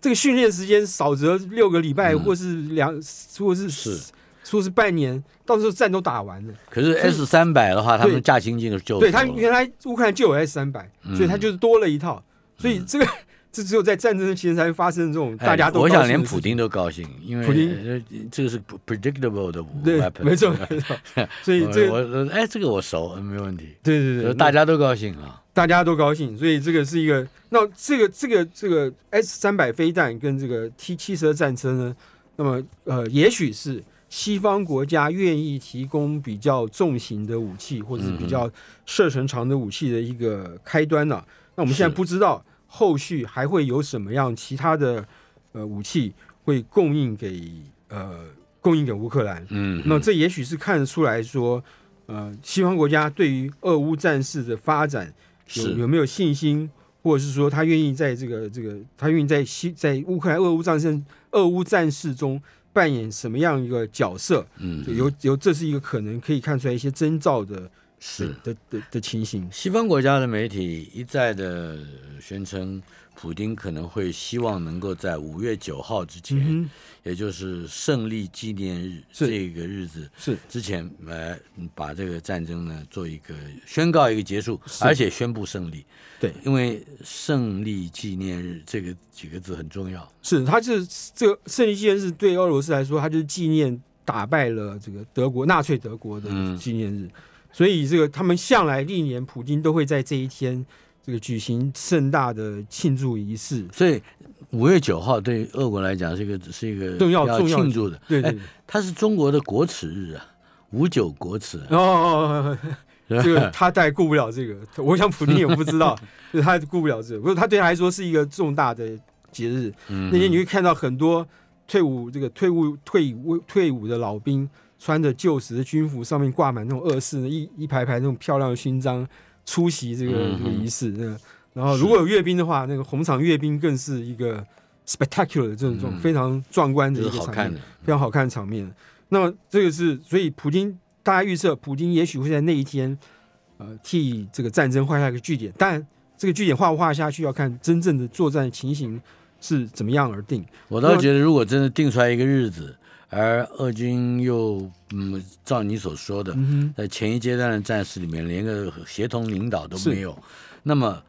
[SPEAKER 3] 这个训练时间少则六个礼拜，
[SPEAKER 2] 嗯
[SPEAKER 3] 或是两，或是
[SPEAKER 2] 是，
[SPEAKER 3] 说是半年，到时候战都打完了。
[SPEAKER 2] 可是
[SPEAKER 3] 所以
[SPEAKER 2] S 三百的话，他
[SPEAKER 3] 对
[SPEAKER 2] 们驾轻就就
[SPEAKER 3] 对他原来乌克兰就有 S 三百，
[SPEAKER 2] 嗯
[SPEAKER 3] 所以他就是多了一套，所以这个这只有在战争期间才会发生这种大家都
[SPEAKER 2] 哎我
[SPEAKER 3] 高兴
[SPEAKER 2] 想
[SPEAKER 3] 的
[SPEAKER 2] 连
[SPEAKER 3] 事情
[SPEAKER 2] 普丁都高兴，因为
[SPEAKER 3] 普
[SPEAKER 2] 呃这个是 predictable 的
[SPEAKER 3] 对
[SPEAKER 2] weapon，，
[SPEAKER 3] 没错没错。 所以
[SPEAKER 2] 我
[SPEAKER 3] 这
[SPEAKER 2] 我
[SPEAKER 3] 个
[SPEAKER 2] 我哎，这个我熟，没问题。
[SPEAKER 3] 对对对，
[SPEAKER 2] 大
[SPEAKER 3] 家
[SPEAKER 2] 家都高兴啊。
[SPEAKER 3] 大家都高兴，所以这个是一个。那这个这个这个 S 三百飞弹跟这个 T 七十二战车呢，那么呃，也许是西方国家愿意提供比较重型的武器，或者是
[SPEAKER 2] 嗯
[SPEAKER 3] 比较射程长的武器的一个开端了、那我们现在
[SPEAKER 2] 是
[SPEAKER 3] 不知道后续还会有什么样其他的呃武器会供应给呃供应给乌克兰。
[SPEAKER 2] 嗯，
[SPEAKER 3] 那这也许是看得出来说，呃，西方国家对于俄乌战事的发展有
[SPEAKER 2] 是
[SPEAKER 3] 有没有信心，或者是说他愿意在这个这个他愿意在西在乌克兰俄乌战争俄乌战事中扮演什么样一个角色？
[SPEAKER 2] 嗯
[SPEAKER 3] 有有这是一个可能可以看出来一些征兆的
[SPEAKER 2] 是
[SPEAKER 3] 的的的情形。
[SPEAKER 2] 西方国家的媒体一再的宣称，普丁可能会希望能够在五月九号之前，
[SPEAKER 3] 嗯
[SPEAKER 2] 也就是胜利纪念日
[SPEAKER 3] 是
[SPEAKER 2] 这个日子
[SPEAKER 3] 哼，是
[SPEAKER 2] 之前，呃，把这个战争呢做一个宣告一个结束，
[SPEAKER 3] 是
[SPEAKER 2] 而且宣布胜利。
[SPEAKER 3] 对，
[SPEAKER 2] 因为胜利纪念日这个几个字很重要。
[SPEAKER 3] 是，他是这个胜利纪念日对俄罗斯来说，他就是纪念打败了这个德国纳粹德国的
[SPEAKER 2] 嗯
[SPEAKER 3] 纪念日，所以这个他们向来历年普京都会在这一天这个举行盛大的庆祝仪式。
[SPEAKER 2] 所以五月九号对俄国来讲是一个是一个
[SPEAKER 3] 重要重要
[SPEAKER 2] 庆祝的。
[SPEAKER 3] 对对
[SPEAKER 2] 哎，它是中国的国耻日啊，五九国耻啊、
[SPEAKER 3] 哦哦，哦
[SPEAKER 2] 是吧
[SPEAKER 3] 这个他大概顾不了这个，我想普京也不知 道，就是他顾不了这个，不是他对他来说是一个重大的节日。
[SPEAKER 2] 嗯
[SPEAKER 3] 那天你会看到很多退伍这个退伍退伍退伍的老兵，穿着旧时的军服，上面挂满那种二四一一排排那种漂亮的勋章，出席这个、
[SPEAKER 2] 嗯
[SPEAKER 3] 这个
[SPEAKER 2] 哼
[SPEAKER 3] 仪式。那个，然后如果有阅兵的话，那个红场阅兵更是一个 spectacular 的这种、
[SPEAKER 2] 嗯
[SPEAKER 3] 非常壮观的
[SPEAKER 2] 这
[SPEAKER 3] 一
[SPEAKER 2] 是
[SPEAKER 3] 个
[SPEAKER 2] 好
[SPEAKER 3] 场面
[SPEAKER 2] 看的。
[SPEAKER 3] 非常好看的场面。那么这个是，所以普京大家预测，普京也许会在那一天，呃，替这个战争画下一个句点。但这个据点画不画下去，要看真正的作战情形是怎么样而定。
[SPEAKER 2] 我倒觉得，如果真的定出来一个日子，而俄军又嗯，照你所说的，
[SPEAKER 3] 嗯
[SPEAKER 2] 在前一阶段的战事里面，连个协同领导都
[SPEAKER 3] 是
[SPEAKER 2] 没有，那么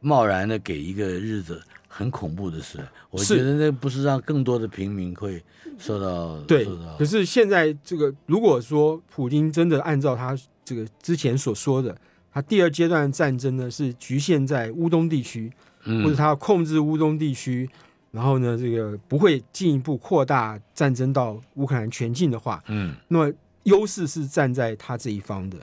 [SPEAKER 2] 贸然的给一个日子，很恐怖的事。我
[SPEAKER 3] 是
[SPEAKER 2] 觉得那不是让更多的平民会受到
[SPEAKER 3] 对
[SPEAKER 2] 受到。
[SPEAKER 3] 可是现在这个，如果说普京真的按照他这个之前所说的，他第二阶段的战争呢是局限在乌东地区，或者
[SPEAKER 2] 嗯，
[SPEAKER 3] 他要控制乌东地区，然后呢，这个不会进一步扩大战争到乌克兰全境的话，
[SPEAKER 2] 嗯，
[SPEAKER 3] 那么优势是站在他这一方的，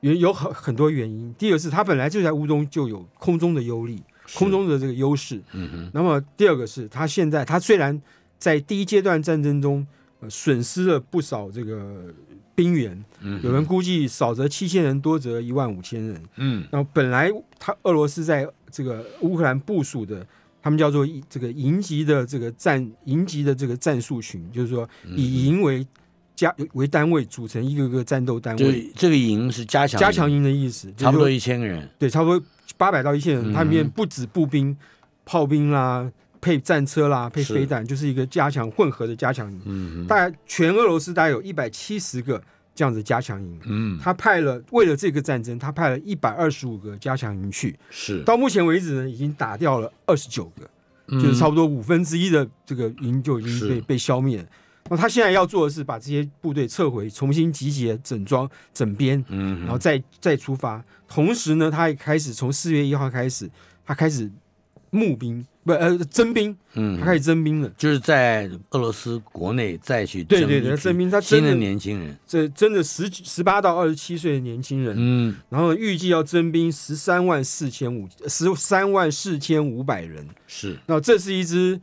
[SPEAKER 3] 有有很很多原因。第一个是他本来就在乌东就有空中的优利，
[SPEAKER 2] 是
[SPEAKER 3] 空，中的这个优势。
[SPEAKER 2] 嗯哼，
[SPEAKER 3] 那么第二个是他现在他虽然在第一阶段战争中、呃、损失了不少这个兵员，
[SPEAKER 2] 嗯哼
[SPEAKER 3] 有人估计少则七千人，多则一万五千人。
[SPEAKER 2] 嗯
[SPEAKER 3] 然后本来他俄罗斯在这个乌克兰部署的，他们叫做一这个营级的这个战营级的这个战术群，就是说
[SPEAKER 2] 嗯
[SPEAKER 3] 以营为加为单位组成一个个战斗单
[SPEAKER 2] 就
[SPEAKER 3] 位，
[SPEAKER 2] 这个营是加强
[SPEAKER 3] 加强
[SPEAKER 2] 营，
[SPEAKER 3] 营的意思，
[SPEAKER 2] 差不多
[SPEAKER 3] 就是说
[SPEAKER 2] 一千个人。
[SPEAKER 3] 对，差不多八百到一千
[SPEAKER 2] 嗯
[SPEAKER 3] 人，它里面不止步兵、炮兵啦，配战车啦，配
[SPEAKER 2] 是
[SPEAKER 3] 飞弹，就是一个加强混合的加强营。
[SPEAKER 2] 嗯哼，
[SPEAKER 3] 大概全俄罗斯大概有一百七十个这样子的加强营，
[SPEAKER 2] 嗯，
[SPEAKER 3] 他派了为了这个战争，他派了一百二十五个加强营去。
[SPEAKER 2] 是，
[SPEAKER 3] 到目前为止呢，已经打掉了二十九个，
[SPEAKER 2] 嗯
[SPEAKER 3] 就是差不多五分之一的这个营就已
[SPEAKER 2] 是
[SPEAKER 3] 经被被消灭了。那他现在要做的是把这些部队撤回，重新集结、整装、整编，
[SPEAKER 2] 嗯
[SPEAKER 3] 然后再再出发。同时呢，他也开始从四月一号开始，他开始募兵，不呃征兵，
[SPEAKER 2] 嗯
[SPEAKER 3] 他开始征兵了。
[SPEAKER 2] 就是在俄罗斯国内再去
[SPEAKER 3] 对对
[SPEAKER 2] 征
[SPEAKER 3] 对
[SPEAKER 2] 一批
[SPEAKER 3] 征兵他
[SPEAKER 2] 新
[SPEAKER 3] 真
[SPEAKER 2] 的
[SPEAKER 3] 的
[SPEAKER 2] 年轻人，
[SPEAKER 3] 这真的十十八到二十七岁的年轻人，
[SPEAKER 2] 嗯，
[SPEAKER 3] 然后预计要征兵十三万四千五十三万四千五百人。
[SPEAKER 2] 是，
[SPEAKER 3] 那这是一支，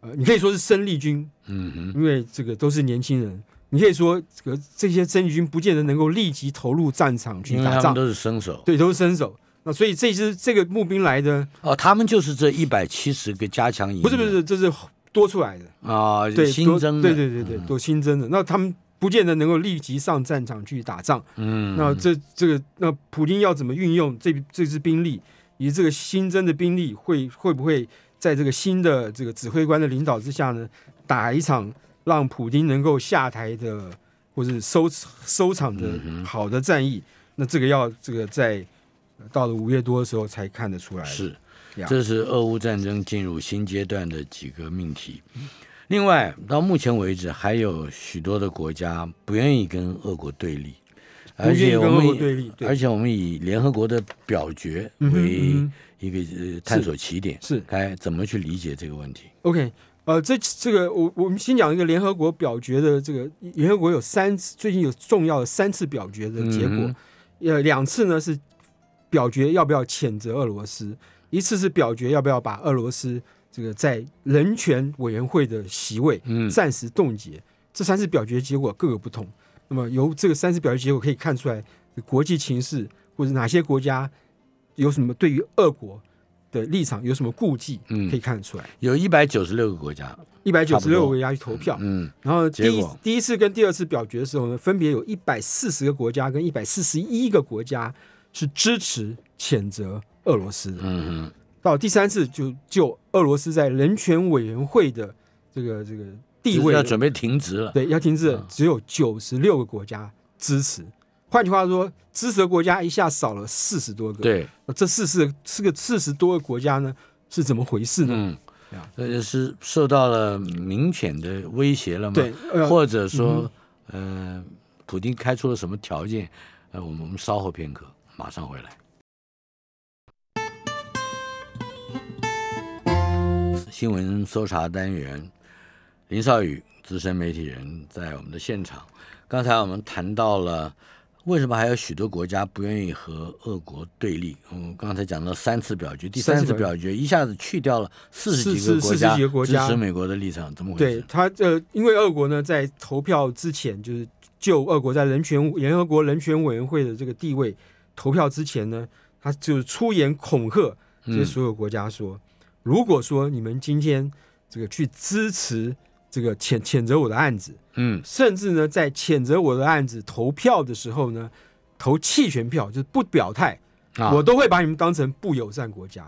[SPEAKER 3] 呃，你可以说是生力军，
[SPEAKER 2] 嗯哼，
[SPEAKER 3] 因为这个都是年轻人。你可以说，这个这些生力军不见得能够立即投入战场去
[SPEAKER 2] 因为嗯
[SPEAKER 3] 打
[SPEAKER 2] 他们
[SPEAKER 3] 仗，
[SPEAKER 2] 都是生手，
[SPEAKER 3] 对，都是新手。那所以这支这个募兵来的，
[SPEAKER 2] 哦，他们就是这一百七十个加强营的，
[SPEAKER 3] 不是不是，这是多出来的，
[SPEAKER 2] 啊，
[SPEAKER 3] 对，
[SPEAKER 2] 新
[SPEAKER 3] 多
[SPEAKER 2] 增的，嗯
[SPEAKER 3] 对对对对，都新增的。那他们不见得能够立即上战场去打仗。
[SPEAKER 2] 嗯，
[SPEAKER 3] 那这这个，那普京要怎么运用这这支兵力，以及这个新增的兵力会会不会在这个新的这个指挥官的领导之下呢，打一场让普京能够下台的，或是收收场的
[SPEAKER 2] 嗯
[SPEAKER 3] 好的战役？那这个要这个在呃到了五月多的时候才看得出来。
[SPEAKER 2] 是，
[SPEAKER 3] 呀
[SPEAKER 2] 这是俄乌战争进入新阶段的几个命题。另外，到目前为止，还有许多的国家不愿意跟俄国对立，
[SPEAKER 3] 不愿
[SPEAKER 2] 而
[SPEAKER 3] 意
[SPEAKER 2] 且我
[SPEAKER 3] 跟俄国
[SPEAKER 2] 们
[SPEAKER 3] 对立
[SPEAKER 2] 以
[SPEAKER 3] 对
[SPEAKER 2] 而且我们以联合国的表决
[SPEAKER 3] 嗯哼
[SPEAKER 2] 为
[SPEAKER 3] 嗯哼
[SPEAKER 2] 一个呃探索起点，
[SPEAKER 3] 是
[SPEAKER 2] 该怎么去理解这个问题？
[SPEAKER 3] OK，呃，这这个我我们先讲一个联合国表决的这个联合国有三次最近有重要的三次表决的结
[SPEAKER 2] 嗯
[SPEAKER 3] 果，呃，两次呢是表决要不要谴责俄罗斯，一次是表决要不要把俄罗斯这个在人权委员会的席位
[SPEAKER 2] 嗯
[SPEAKER 3] 暂时冻结。这三次表决结果各个不同，那么由这个三次表决结果可以看出来国际情势或者哪些国家有什么对于俄国的立场有什么顾忌，
[SPEAKER 2] 嗯
[SPEAKER 3] 可以看得出来。
[SPEAKER 2] 有一百九十六个国家，
[SPEAKER 3] 一百九
[SPEAKER 2] 差
[SPEAKER 3] 十
[SPEAKER 2] 不
[SPEAKER 3] 六
[SPEAKER 2] 多
[SPEAKER 3] 个国家去投票，
[SPEAKER 2] 嗯，
[SPEAKER 3] 然后第
[SPEAKER 2] 结
[SPEAKER 3] 一
[SPEAKER 2] 果
[SPEAKER 3] 第一次跟第二次表决的时候呢，分别有一百四十个国家跟一百四十一个国家是支持谴责俄罗斯的。
[SPEAKER 2] 嗯哼，
[SPEAKER 3] 到第三次就就俄罗斯在人权委员会的这个这个地
[SPEAKER 2] 就是
[SPEAKER 3] 位
[SPEAKER 2] 要准备停职了，
[SPEAKER 3] 对，要停止的只有九十六个国家支持。换句话说，支持的国家一下少了四十多个。，
[SPEAKER 2] 对，
[SPEAKER 3] 这四十四个四十多个国家呢，是怎么回事呢？
[SPEAKER 2] 嗯，呃，是受到了明显的威胁了吗？
[SPEAKER 3] 对，呃，
[SPEAKER 2] 或者说，呃，普京开出了什么条件？呃，我们我们稍后片刻，马上回来。新闻搜查单元，林少宇，资深媒体人，在我们的现场。刚才我们谈到了为什么还有许多国家不愿意和俄国对立。嗯，刚才讲到三次表决，第
[SPEAKER 3] 三
[SPEAKER 2] 三
[SPEAKER 3] 次
[SPEAKER 2] 次
[SPEAKER 3] 表
[SPEAKER 2] 表决一下子去掉了四十几
[SPEAKER 3] 四
[SPEAKER 2] 个
[SPEAKER 3] 十
[SPEAKER 2] 国
[SPEAKER 3] 四十
[SPEAKER 2] 家
[SPEAKER 3] 几个国
[SPEAKER 2] 支
[SPEAKER 3] 家
[SPEAKER 2] 持美国的立场，怎么回事？
[SPEAKER 3] 对他呃，因为俄国呢在投票之前，就是就俄国在人权联合国人权委员会的这个地位投票之前呢，他就是出言恐吓
[SPEAKER 2] 嗯
[SPEAKER 3] 这些所有国家说，如果说你们今天这个去支持这个谴谴责我的案子，
[SPEAKER 2] 嗯
[SPEAKER 3] 甚至呢在谴责我的案子投票的时候呢，投弃权票就是不表态，
[SPEAKER 2] 啊，
[SPEAKER 3] 我都会把你们当成不友善国家。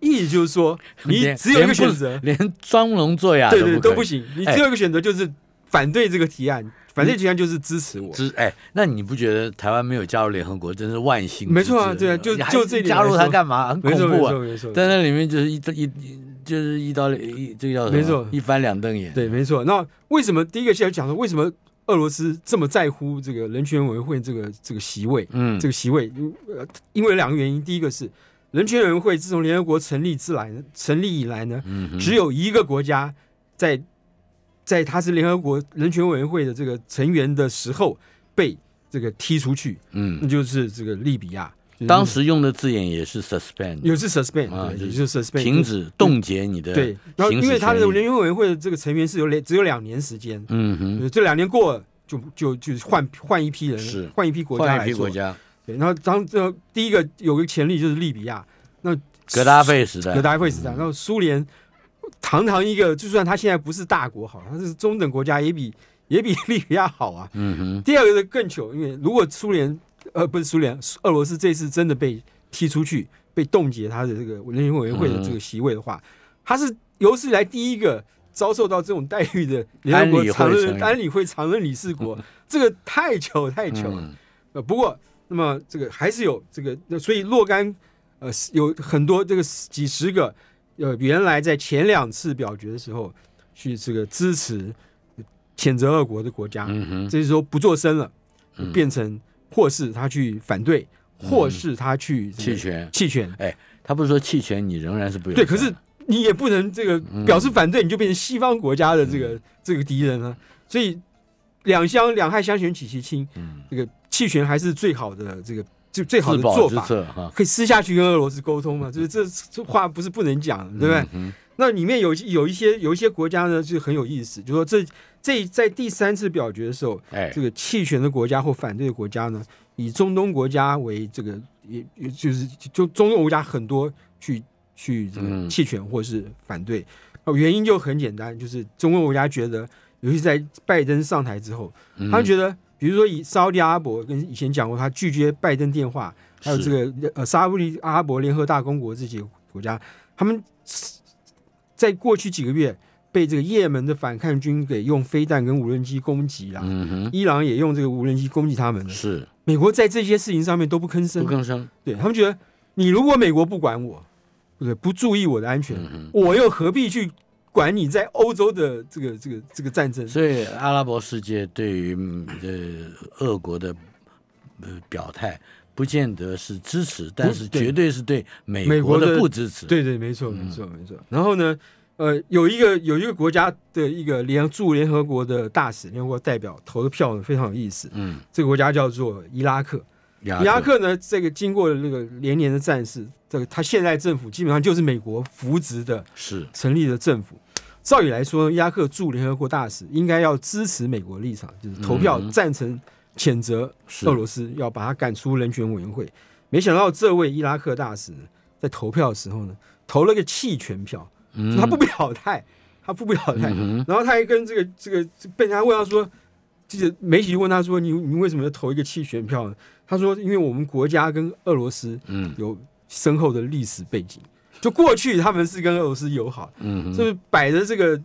[SPEAKER 3] 意思就是说，你
[SPEAKER 2] 连
[SPEAKER 3] 只有一个
[SPEAKER 2] 连
[SPEAKER 3] 选
[SPEAKER 2] 不
[SPEAKER 3] 择，
[SPEAKER 2] 连装聋作哑
[SPEAKER 3] 对对
[SPEAKER 2] 都
[SPEAKER 3] 都
[SPEAKER 2] 不
[SPEAKER 3] 不
[SPEAKER 2] 可以
[SPEAKER 3] 行，你
[SPEAKER 2] 哎
[SPEAKER 3] 只有一个选择就是反对这个提案，反对提案就是支持我。
[SPEAKER 2] 只哎，那你不觉得台湾没有加入联合国真是万幸之至？
[SPEAKER 3] 没错啊对啊就
[SPEAKER 2] 你还
[SPEAKER 3] 就这一点
[SPEAKER 2] 加入
[SPEAKER 3] 来
[SPEAKER 2] 它
[SPEAKER 3] 说
[SPEAKER 2] 干嘛？很
[SPEAKER 3] 没错
[SPEAKER 2] 恐
[SPEAKER 3] 没
[SPEAKER 2] 怖
[SPEAKER 3] 错
[SPEAKER 2] 啊！
[SPEAKER 3] 没错，
[SPEAKER 2] 在那里面就是一一一就是一刀一这个叫什么
[SPEAKER 3] 没错
[SPEAKER 2] 一翻两瞪眼。
[SPEAKER 3] 对没错。那为什么第一个先讲说为什么俄罗斯这么在乎这个人权委员会这个这个席位？
[SPEAKER 2] 嗯，
[SPEAKER 3] 这个席位，因呃因为有两个原因，第一个是人权委员会自从联合国成立之来呢，成立以来呢，
[SPEAKER 2] 嗯哼
[SPEAKER 3] 只有一个国家在在他是联合国人权委员会的这个成员的时候被这个踢出去，
[SPEAKER 2] 嗯，
[SPEAKER 3] 那就是这个利比亚。就是
[SPEAKER 2] 当时用的字眼也是 suspend，
[SPEAKER 3] 有是 suspend，、
[SPEAKER 2] 啊
[SPEAKER 3] 对，
[SPEAKER 2] 就
[SPEAKER 3] 也
[SPEAKER 2] 是
[SPEAKER 3] 就是 suspend
[SPEAKER 2] 停。止冻结你的
[SPEAKER 3] 对，然后
[SPEAKER 2] 行
[SPEAKER 3] 因为
[SPEAKER 2] 使
[SPEAKER 3] 他的
[SPEAKER 2] 权利
[SPEAKER 3] 人员委员会的这个成员是有两只有两年时间，
[SPEAKER 2] 嗯哼，
[SPEAKER 3] 就是这两年过了就就就换换一批人，
[SPEAKER 2] 是
[SPEAKER 3] 换一批国家
[SPEAKER 2] 换
[SPEAKER 3] 来
[SPEAKER 2] 一批
[SPEAKER 3] 做
[SPEAKER 2] 国。家，
[SPEAKER 3] 对，然后当这第一个有个前例就是利比亚，那
[SPEAKER 2] 格达费时代，
[SPEAKER 3] 格达费时代，然后苏联堂堂一个，就算他现在不是大国好，他是中等国家，也比也比 利比亚好啊。
[SPEAKER 2] 嗯哼，
[SPEAKER 3] 第二个是更糗，因为如果苏联呃不是苏联，俄罗斯这次真的被踢出去，被冻结他的这个人权委员会的这个席位的话，他是有史以来第一个遭受到这种待遇的联合国常
[SPEAKER 2] 安理会成
[SPEAKER 3] 任
[SPEAKER 2] 员
[SPEAKER 3] 安理会常任理事国， 这个太糗太糗了。
[SPEAKER 2] 嗯
[SPEAKER 3] 呃，不过那么这个还是有这个，那所以若干呃是有很多这个十几十个呃原来在前两次表决的时候去这个支持谴责俄国的国家，
[SPEAKER 2] 嗯哼，
[SPEAKER 3] 这是说不做声了，就
[SPEAKER 2] 嗯
[SPEAKER 3] 变成或是他去反对，或是他去这
[SPEAKER 2] 弃
[SPEAKER 3] 个
[SPEAKER 2] 权，
[SPEAKER 3] 弃权。
[SPEAKER 2] 他不是说弃权，你仍然是不友
[SPEAKER 3] 对，
[SPEAKER 2] 善。
[SPEAKER 3] 可是你也不能这个
[SPEAKER 2] 嗯
[SPEAKER 3] 表示反对，你就变成西方国家的这个这个敌人了。所以两相两害相权取其轻，
[SPEAKER 2] 嗯
[SPEAKER 3] 这个弃权还是最好的这个就最好
[SPEAKER 2] 自
[SPEAKER 3] 的
[SPEAKER 2] 保
[SPEAKER 3] 做
[SPEAKER 2] 之
[SPEAKER 3] 法。
[SPEAKER 2] 策哈，
[SPEAKER 3] 可以私下去跟俄罗斯沟通嘛，就是这这话不是不能讲，对不对？
[SPEAKER 2] 嗯哼？
[SPEAKER 3] 那里面有有一些有一些国家呢，就很有意思，就说这这在第三次表决的时候，
[SPEAKER 2] 哎
[SPEAKER 3] 这，个弃权的国家或反对的国家呢，以中东国家为这个，也也就是就中东国家很多去去这个
[SPEAKER 2] 嗯
[SPEAKER 3] 弃权或是反对，呃原因就很简单，就是中东国家觉得，尤其在拜登上台之后，
[SPEAKER 2] 嗯
[SPEAKER 3] 他们觉得，比如说以沙特阿拉伯跟以前讲过，他拒绝拜登电话，还有
[SPEAKER 2] 是
[SPEAKER 3] 这个呃沙乌地阿拉伯联合大公国这几个国家，他们在过去几个月被这个也门的反抗军给用飞弹跟无人机攻击了。
[SPEAKER 2] 嗯哼，
[SPEAKER 3] 伊朗也用这个无人机攻击他们了。
[SPEAKER 2] 是
[SPEAKER 3] 美国在这些事情上面都不吭声，
[SPEAKER 2] 不吭声，
[SPEAKER 3] 对他们觉得，你如果美国不管我，对不对？不注意我的安全，
[SPEAKER 2] 嗯
[SPEAKER 3] 我又何必去管你在欧洲的这个这个这个战争
[SPEAKER 2] 哼，？所以阿拉伯世界对于嗯呃俄国的呃表态，不见得是支持，但是
[SPEAKER 3] 对
[SPEAKER 2] 绝对是对美
[SPEAKER 3] 美
[SPEAKER 2] 国
[SPEAKER 3] 国的
[SPEAKER 2] 的不支持。
[SPEAKER 3] 对对，没错，没错，没错。然后呢，呃，有一个有一个国家的一个联驻联合国的大使、联合国代表投的票呢，非常有意思。
[SPEAKER 2] 嗯，
[SPEAKER 3] 这个国家叫做伊拉克。
[SPEAKER 2] 伊
[SPEAKER 3] 伊拉克呢，这个经过了那个连年的战事，这个他现在政府基本上就是美国扶植的
[SPEAKER 2] 是
[SPEAKER 3] 成立了政府。照理来说，伊拉克驻联合国大使应该要支持美国立场，就是投票
[SPEAKER 2] 嗯
[SPEAKER 3] 赞成谴责
[SPEAKER 2] 是
[SPEAKER 3] 俄罗斯，要把他赶出人权委员会。没想到这位伊拉克大使呢在投票的时候呢，投了个弃权票，
[SPEAKER 2] 嗯
[SPEAKER 3] 他不表态，他不表态，
[SPEAKER 2] 嗯哼
[SPEAKER 3] 然后他还跟这个这个被人家问他说，记者媒体就问他说，你你为什么要投一个弃权票呢？他说，因为我们国家跟俄罗斯
[SPEAKER 2] 嗯
[SPEAKER 3] 有深厚的历史背景，就过去他们是跟俄罗斯友好，
[SPEAKER 2] 嗯哼，
[SPEAKER 3] 这是摆着这个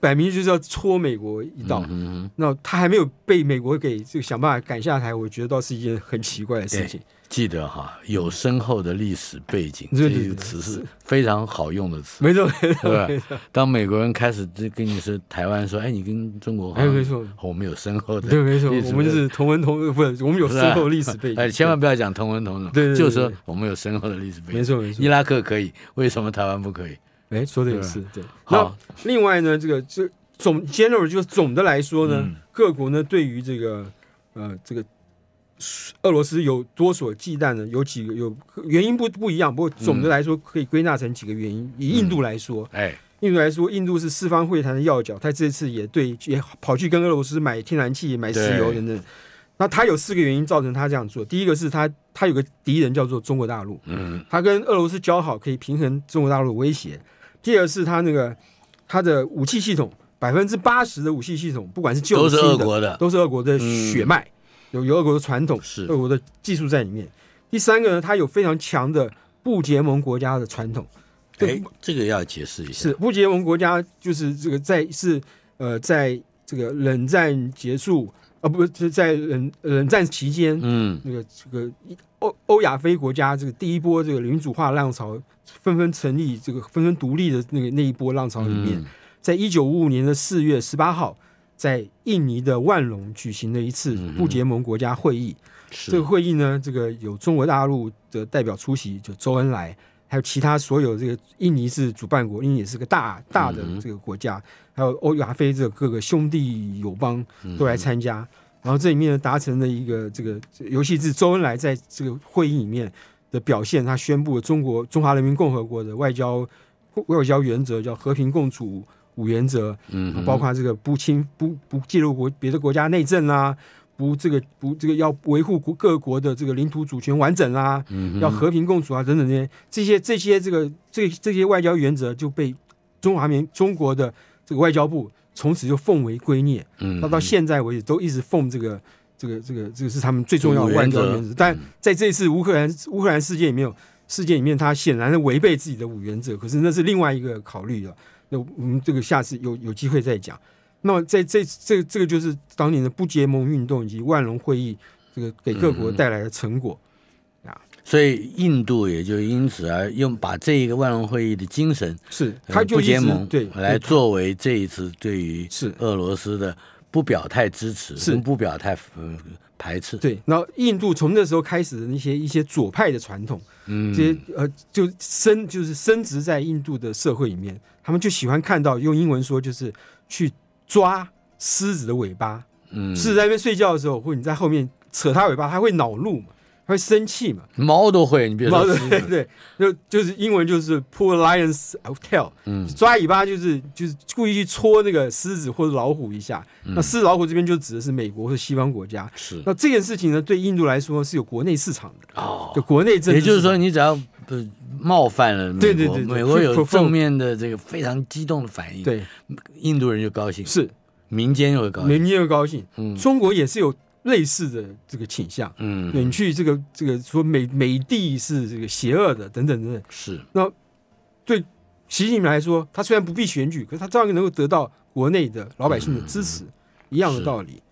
[SPEAKER 3] 摆明就是要戳美国一道。
[SPEAKER 2] 嗯哼，
[SPEAKER 3] 那他还没有被美国给这个想办法赶下台，我觉得倒是一件很奇怪的事情。
[SPEAKER 2] 记得哈，有深厚的历史背景，
[SPEAKER 3] 对
[SPEAKER 2] 这
[SPEAKER 3] 对
[SPEAKER 2] 个
[SPEAKER 3] 对
[SPEAKER 2] 词是非常好用的词，
[SPEAKER 3] 没错，没错，
[SPEAKER 2] 对吧？当美国人开始就跟你说台湾说，哎，你跟中国好像
[SPEAKER 3] 哎没错
[SPEAKER 2] 我们有深厚的，
[SPEAKER 3] 对，没错，
[SPEAKER 2] 历史
[SPEAKER 3] 我们就是同文同不是，我们有
[SPEAKER 2] 是
[SPEAKER 3] 深
[SPEAKER 2] 吧
[SPEAKER 3] 厚历史背景。
[SPEAKER 2] 哎，千万不要讲同文同种，
[SPEAKER 3] 对对对
[SPEAKER 2] 就是说
[SPEAKER 3] 对
[SPEAKER 2] 我们有深厚的历史背景，
[SPEAKER 3] 没错没错
[SPEAKER 2] 伊拉克可以，为什么台湾不可以？
[SPEAKER 3] 哎，说的也
[SPEAKER 2] 对啊
[SPEAKER 3] 是对。那
[SPEAKER 2] 好
[SPEAKER 3] 另外呢，这个这总 general 就是总的来说呢，
[SPEAKER 2] 嗯
[SPEAKER 3] 各国呢对于这个呃这个俄罗斯有多所忌惮呢，有几个有原因不不一样，不过总
[SPEAKER 2] 嗯
[SPEAKER 3] 的来说可以归纳成几个原因。以印度来说，
[SPEAKER 2] 哎，
[SPEAKER 3] 印度来说，印度是四方会谈的要角，他这次也对也跑去跟俄罗斯买天然气、买石油
[SPEAKER 2] 对
[SPEAKER 3] 等等。那他有四个原因造成他这样做。第一个是他他有个敌人叫做中国大陆，
[SPEAKER 2] 嗯
[SPEAKER 3] 他跟俄罗斯交好可以平衡中国大陆的威胁。第二是他那个他的武器系统，百分之八十的武器系统，不管是旧
[SPEAKER 2] 都
[SPEAKER 3] 的
[SPEAKER 2] 是
[SPEAKER 3] 新
[SPEAKER 2] 俄
[SPEAKER 3] 的
[SPEAKER 2] 国的，
[SPEAKER 3] 都是俄国的
[SPEAKER 2] 嗯
[SPEAKER 3] 血脉，有有俄国的传统，
[SPEAKER 2] 是
[SPEAKER 3] 俄国的技术在里面。第三个呢，他有非常强的不结盟国家的传统，这
[SPEAKER 2] 哎，这个要解释一下，
[SPEAKER 3] 是不结盟国家就是这个在是呃在这个冷战结束啊、不是在冷冷战期间，
[SPEAKER 2] 嗯
[SPEAKER 3] 那个这个一欧欧亚非国家这个第一波这个民主化浪潮纷纷成立，这个纷纷独立的那个那一波浪潮里面，
[SPEAKER 2] 嗯
[SPEAKER 3] 在一九五五年的四月十八号，在印尼的万隆举行了一次
[SPEAKER 2] 嗯哼
[SPEAKER 3] 不结盟国家会议。
[SPEAKER 2] 是
[SPEAKER 3] 这个会议呢，这个有中国大陆的代表出席，就周恩来，还有其他所有这个印尼是主办国，印尼也是个大大的
[SPEAKER 2] 嗯哼
[SPEAKER 3] 这个国家，还有欧亚非这各个兄弟友邦
[SPEAKER 2] 嗯
[SPEAKER 3] 都来参加。然后这里面达成了一个这个，尤其是周恩来在这个会议里面的表现，他宣布了中国中华人民共和国的外交外交原则叫和平共处五原则，
[SPEAKER 2] 嗯哼
[SPEAKER 3] 包括这个不侵不不介入国别的国家内政啦、不这个不这个要维护国各国的这个领土主权完整啦、啊
[SPEAKER 2] 嗯哼
[SPEAKER 3] 要和平共处啊等等这些这些这些这个这这些外交原则就被中华民中国的这个外交部从此就奉为圭臬，
[SPEAKER 2] 嗯
[SPEAKER 3] 那到现在为止都一直奉这个。这个这个这个是他们最重要的
[SPEAKER 2] 五嗯
[SPEAKER 3] 外
[SPEAKER 2] 原
[SPEAKER 3] 交
[SPEAKER 2] 则
[SPEAKER 3] 原则，但在这次乌克兰乌克兰事件里面，事件里面他显然的违背自己的五原则，可是那是另外一个考虑了。那我们这个下次有有机会再讲。那么在这这这个就是当年的不结盟运动以及万隆会议，这个给各
[SPEAKER 2] 嗯
[SPEAKER 3] 国带来的成果。
[SPEAKER 2] 所以印度也就因此而用把这一个万隆会议的精神，
[SPEAKER 3] 是，
[SPEAKER 2] 呃
[SPEAKER 3] 他就
[SPEAKER 2] 不
[SPEAKER 3] 一直
[SPEAKER 2] 结盟
[SPEAKER 3] 对
[SPEAKER 2] 来
[SPEAKER 3] 对
[SPEAKER 2] 作为这一次对于
[SPEAKER 3] 是
[SPEAKER 2] 俄罗斯的不表态支持，
[SPEAKER 3] 是
[SPEAKER 2] 跟不表态呃排斥。
[SPEAKER 3] 对。然后印度从那时候开始的那些一些左派的传统，
[SPEAKER 2] 嗯，
[SPEAKER 3] 这些呃就深就是深植在印度的社会里面，他们就喜欢看到用英文说就是去抓狮子的尾巴，
[SPEAKER 2] 嗯
[SPEAKER 3] 狮子在那边睡觉的时候，或者你在后面扯它尾巴，它会恼怒嘛，它会生气嘛。
[SPEAKER 2] 猫都会，你别
[SPEAKER 3] 猫
[SPEAKER 2] 说
[SPEAKER 3] 的
[SPEAKER 2] 狮
[SPEAKER 3] 对
[SPEAKER 2] 子
[SPEAKER 3] 对，就就是英文就是 pull lions tail，
[SPEAKER 2] 嗯
[SPEAKER 3] 抓尾巴就是就是故意去戳那个狮子或者老虎一下。那狮子老虎这边就指的是美国或者西方国家。
[SPEAKER 2] 嗯是
[SPEAKER 3] 那这件事情呢，对印度来说是有国内市场的，
[SPEAKER 2] 哦，
[SPEAKER 3] 就国内政
[SPEAKER 2] 也
[SPEAKER 3] 治
[SPEAKER 2] 就是
[SPEAKER 3] 市场
[SPEAKER 2] 说，你只要不冒犯了美国，
[SPEAKER 3] 对对对对
[SPEAKER 2] 美国有
[SPEAKER 3] provoke
[SPEAKER 2] 正面的这个非常激动的反应，，
[SPEAKER 3] 对
[SPEAKER 2] 印度人就高兴，
[SPEAKER 3] 是
[SPEAKER 2] 民间又会高
[SPEAKER 3] 美
[SPEAKER 2] 兴，
[SPEAKER 3] 你也高兴，
[SPEAKER 2] 哎嗯
[SPEAKER 3] 中国也是有类似的这个倾向。对
[SPEAKER 2] 嗯
[SPEAKER 3] 你去这个这个说美美帝是这个邪恶的等等等等，
[SPEAKER 2] 是
[SPEAKER 3] 对习近平来说，他虽然不必选举，可是他照样能够得到国内的老百姓的支持，一样的
[SPEAKER 2] 嗯是
[SPEAKER 3] 道理。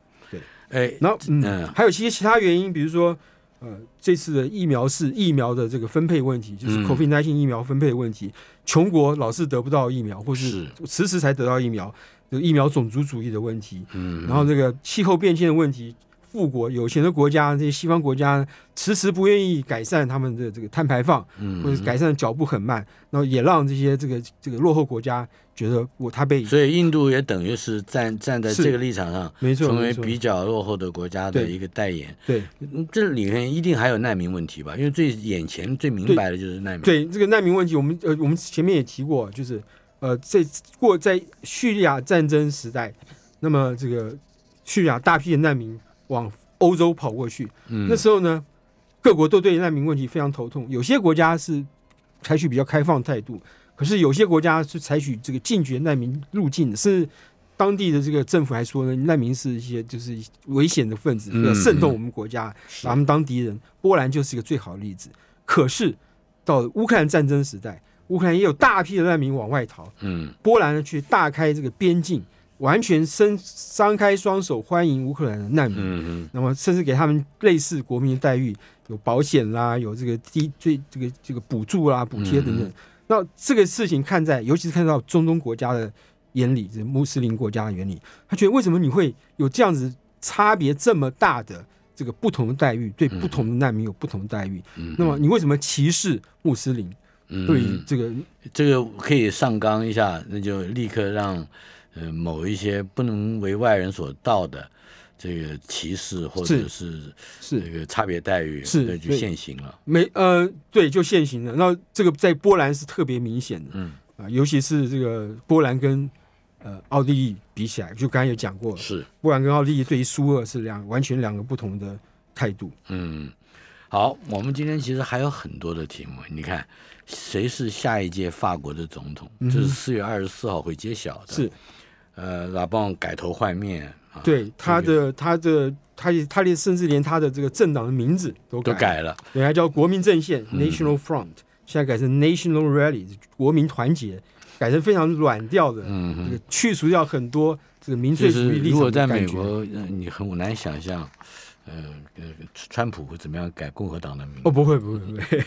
[SPEAKER 2] 哎
[SPEAKER 3] 然后嗯
[SPEAKER 2] 嗯，
[SPEAKER 3] 还有一些其他原因，比如说呃，这次的疫苗是疫苗的这个分配问题，就是
[SPEAKER 2] 嗯
[SPEAKER 3] COVID-19 疫苗分配的问题，穷国老是得不到疫苗，或是
[SPEAKER 2] 是
[SPEAKER 3] 迟迟才得到疫苗，这个疫苗种族主义的问题，
[SPEAKER 2] 嗯
[SPEAKER 3] 然后这个气候变迁的问题。富国有钱的国家，这些西方国家迟迟不愿意改善他们的这个碳排放，
[SPEAKER 2] 嗯
[SPEAKER 3] 或者改善的脚步很慢，然后也让这些这个这个落后国家觉得我他被
[SPEAKER 2] 所以印度也等于是站站在
[SPEAKER 3] 是
[SPEAKER 2] 这个立场上，
[SPEAKER 3] 没错
[SPEAKER 2] 成
[SPEAKER 3] 没
[SPEAKER 2] 为
[SPEAKER 3] 错
[SPEAKER 2] 比较落后的国家的
[SPEAKER 3] 对
[SPEAKER 2] 一个代言。
[SPEAKER 3] 对
[SPEAKER 2] 嗯这里面一定还有难民问题吧？因为最眼前最明白的就是难民。，
[SPEAKER 3] 对这个难民问题，我们呃，我们前面也提过，就是呃，在过在叙利亚战争时代，那么这个叙利亚大批的难民往欧洲跑过去，
[SPEAKER 2] 嗯
[SPEAKER 3] 那时候呢，各国都对难民问题非常头痛，有些国家是采取比较开放态度，可是有些国家是采取这个禁绝难民入境，是当地的这个政府还说呢，难民是一些就是危险的分子，
[SPEAKER 2] 嗯
[SPEAKER 3] 要渗透我们国家，
[SPEAKER 2] 是
[SPEAKER 3] 把他们当敌人。波兰就是一个最好的例子。可是到了乌克兰战争时代，乌克兰也有大批的难民往外逃，
[SPEAKER 2] 嗯
[SPEAKER 3] 波兰呢却大开这个边境，完全伸张开双手欢迎乌克兰的难民。
[SPEAKER 2] 嗯嗯
[SPEAKER 3] 那么甚至给他们类似国民的待遇，有保险啦，有这个低最这个这个补助啦、补贴等
[SPEAKER 2] 嗯
[SPEAKER 3] 等。那这个事情看在，尤其是看到中东国家的眼里，这穆斯林国家的眼里，他觉得为什么你会有这样子差别这么大的这个不同的待遇，对不同的难民有不同的待遇？
[SPEAKER 2] 嗯
[SPEAKER 3] 那么你为什么歧视穆斯林？
[SPEAKER 2] 嗯
[SPEAKER 3] 对
[SPEAKER 2] 嗯
[SPEAKER 3] 这个
[SPEAKER 2] 这个可以上纲一下，那就立刻让呃某一些不能为外人所道的这个歧视或者是
[SPEAKER 3] 是
[SPEAKER 2] 这个差别待遇，
[SPEAKER 3] 是
[SPEAKER 2] 那就
[SPEAKER 3] 对
[SPEAKER 2] 现行了。
[SPEAKER 3] 没呃，对，就现行的。那这个在波兰是特别明显的，
[SPEAKER 2] 嗯
[SPEAKER 3] 啊、尤其是这个波兰跟呃奥地利比起来，就刚才也讲过了，
[SPEAKER 2] 是，
[SPEAKER 3] 波兰跟奥地利对于苏俄是两完全两个不同的态度。
[SPEAKER 2] 嗯，好，我们今天其实还有很多的题目，你看谁是下一届法国的总统？
[SPEAKER 3] 嗯哼
[SPEAKER 2] 这是四月二十四号会揭晓的。
[SPEAKER 3] 是，
[SPEAKER 2] 呃，拉邦改头换面啊，
[SPEAKER 3] 啊对他的他的他也他连甚至连他的这个政党的名字都
[SPEAKER 2] 都
[SPEAKER 3] 改，
[SPEAKER 2] 改了。
[SPEAKER 3] 原来叫国民阵线
[SPEAKER 2] 嗯
[SPEAKER 3] （National Front），现在改成 National Rally，国民团结，改成非常软调的，
[SPEAKER 2] 嗯
[SPEAKER 3] 这
[SPEAKER 2] 哼。
[SPEAKER 3] 个去除掉很多这个民
[SPEAKER 2] 就
[SPEAKER 3] 粹
[SPEAKER 2] 是
[SPEAKER 3] 主义立
[SPEAKER 2] 如
[SPEAKER 3] 场
[SPEAKER 2] 果
[SPEAKER 3] 的
[SPEAKER 2] 在
[SPEAKER 3] 感
[SPEAKER 2] 美
[SPEAKER 3] 觉。
[SPEAKER 2] 国，呃你很难想象，呃，呃川普会怎么样改共和党的名字
[SPEAKER 3] 哦，不会不会不会，